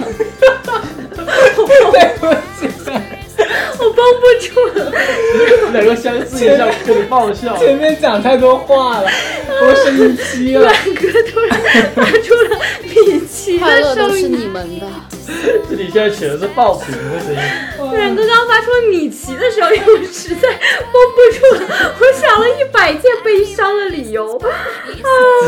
Speaker 2: 对不起，
Speaker 3: 我绷不住了。
Speaker 4: 两个相视一笑，给你爆笑。
Speaker 2: 前面讲太多话了，我生气了。
Speaker 3: 哥突然发出了米奇
Speaker 1: 快
Speaker 3: 的
Speaker 1: 乐都
Speaker 3: 声
Speaker 1: 是
Speaker 3: 音，
Speaker 1: 你们的。
Speaker 4: 这里现在全是爆屏的声音。
Speaker 3: 冉哥刚发出了米奇的时候，因为我实在绷不住了，我想了一百件悲伤的理由，啊，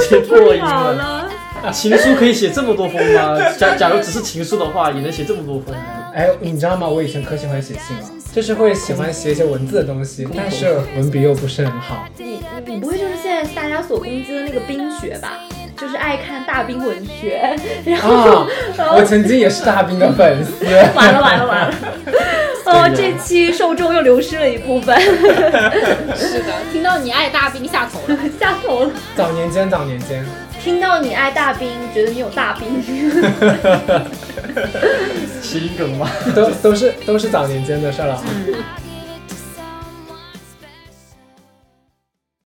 Speaker 4: 直接
Speaker 3: 不
Speaker 4: 破音
Speaker 3: 了
Speaker 4: 了。
Speaker 3: 了。
Speaker 4: 情书可以写这么多封吗？假假如只是情书的话，也能写这么多封吗？
Speaker 2: 哎，你知道吗？我以前可喜欢写信了，就是会喜欢写一些文字的东西，但是文笔又不是很好。
Speaker 3: 你你不会就是现在大家所攻击的那个冰雪吧？就是爱看大冰文学，然后、
Speaker 2: 啊，我曾经也是大兵的粉丝。
Speaker 3: 完了完了完了，哦，这期受众又流失了一部分，
Speaker 1: 是的，听到你爱大兵下头了。
Speaker 3: 下头了。
Speaker 2: 早年间，早年间，
Speaker 3: 听到你爱大兵，觉得你有大兵，
Speaker 4: 谐音梗吗？
Speaker 2: 都都是都是早年间的事儿了啊。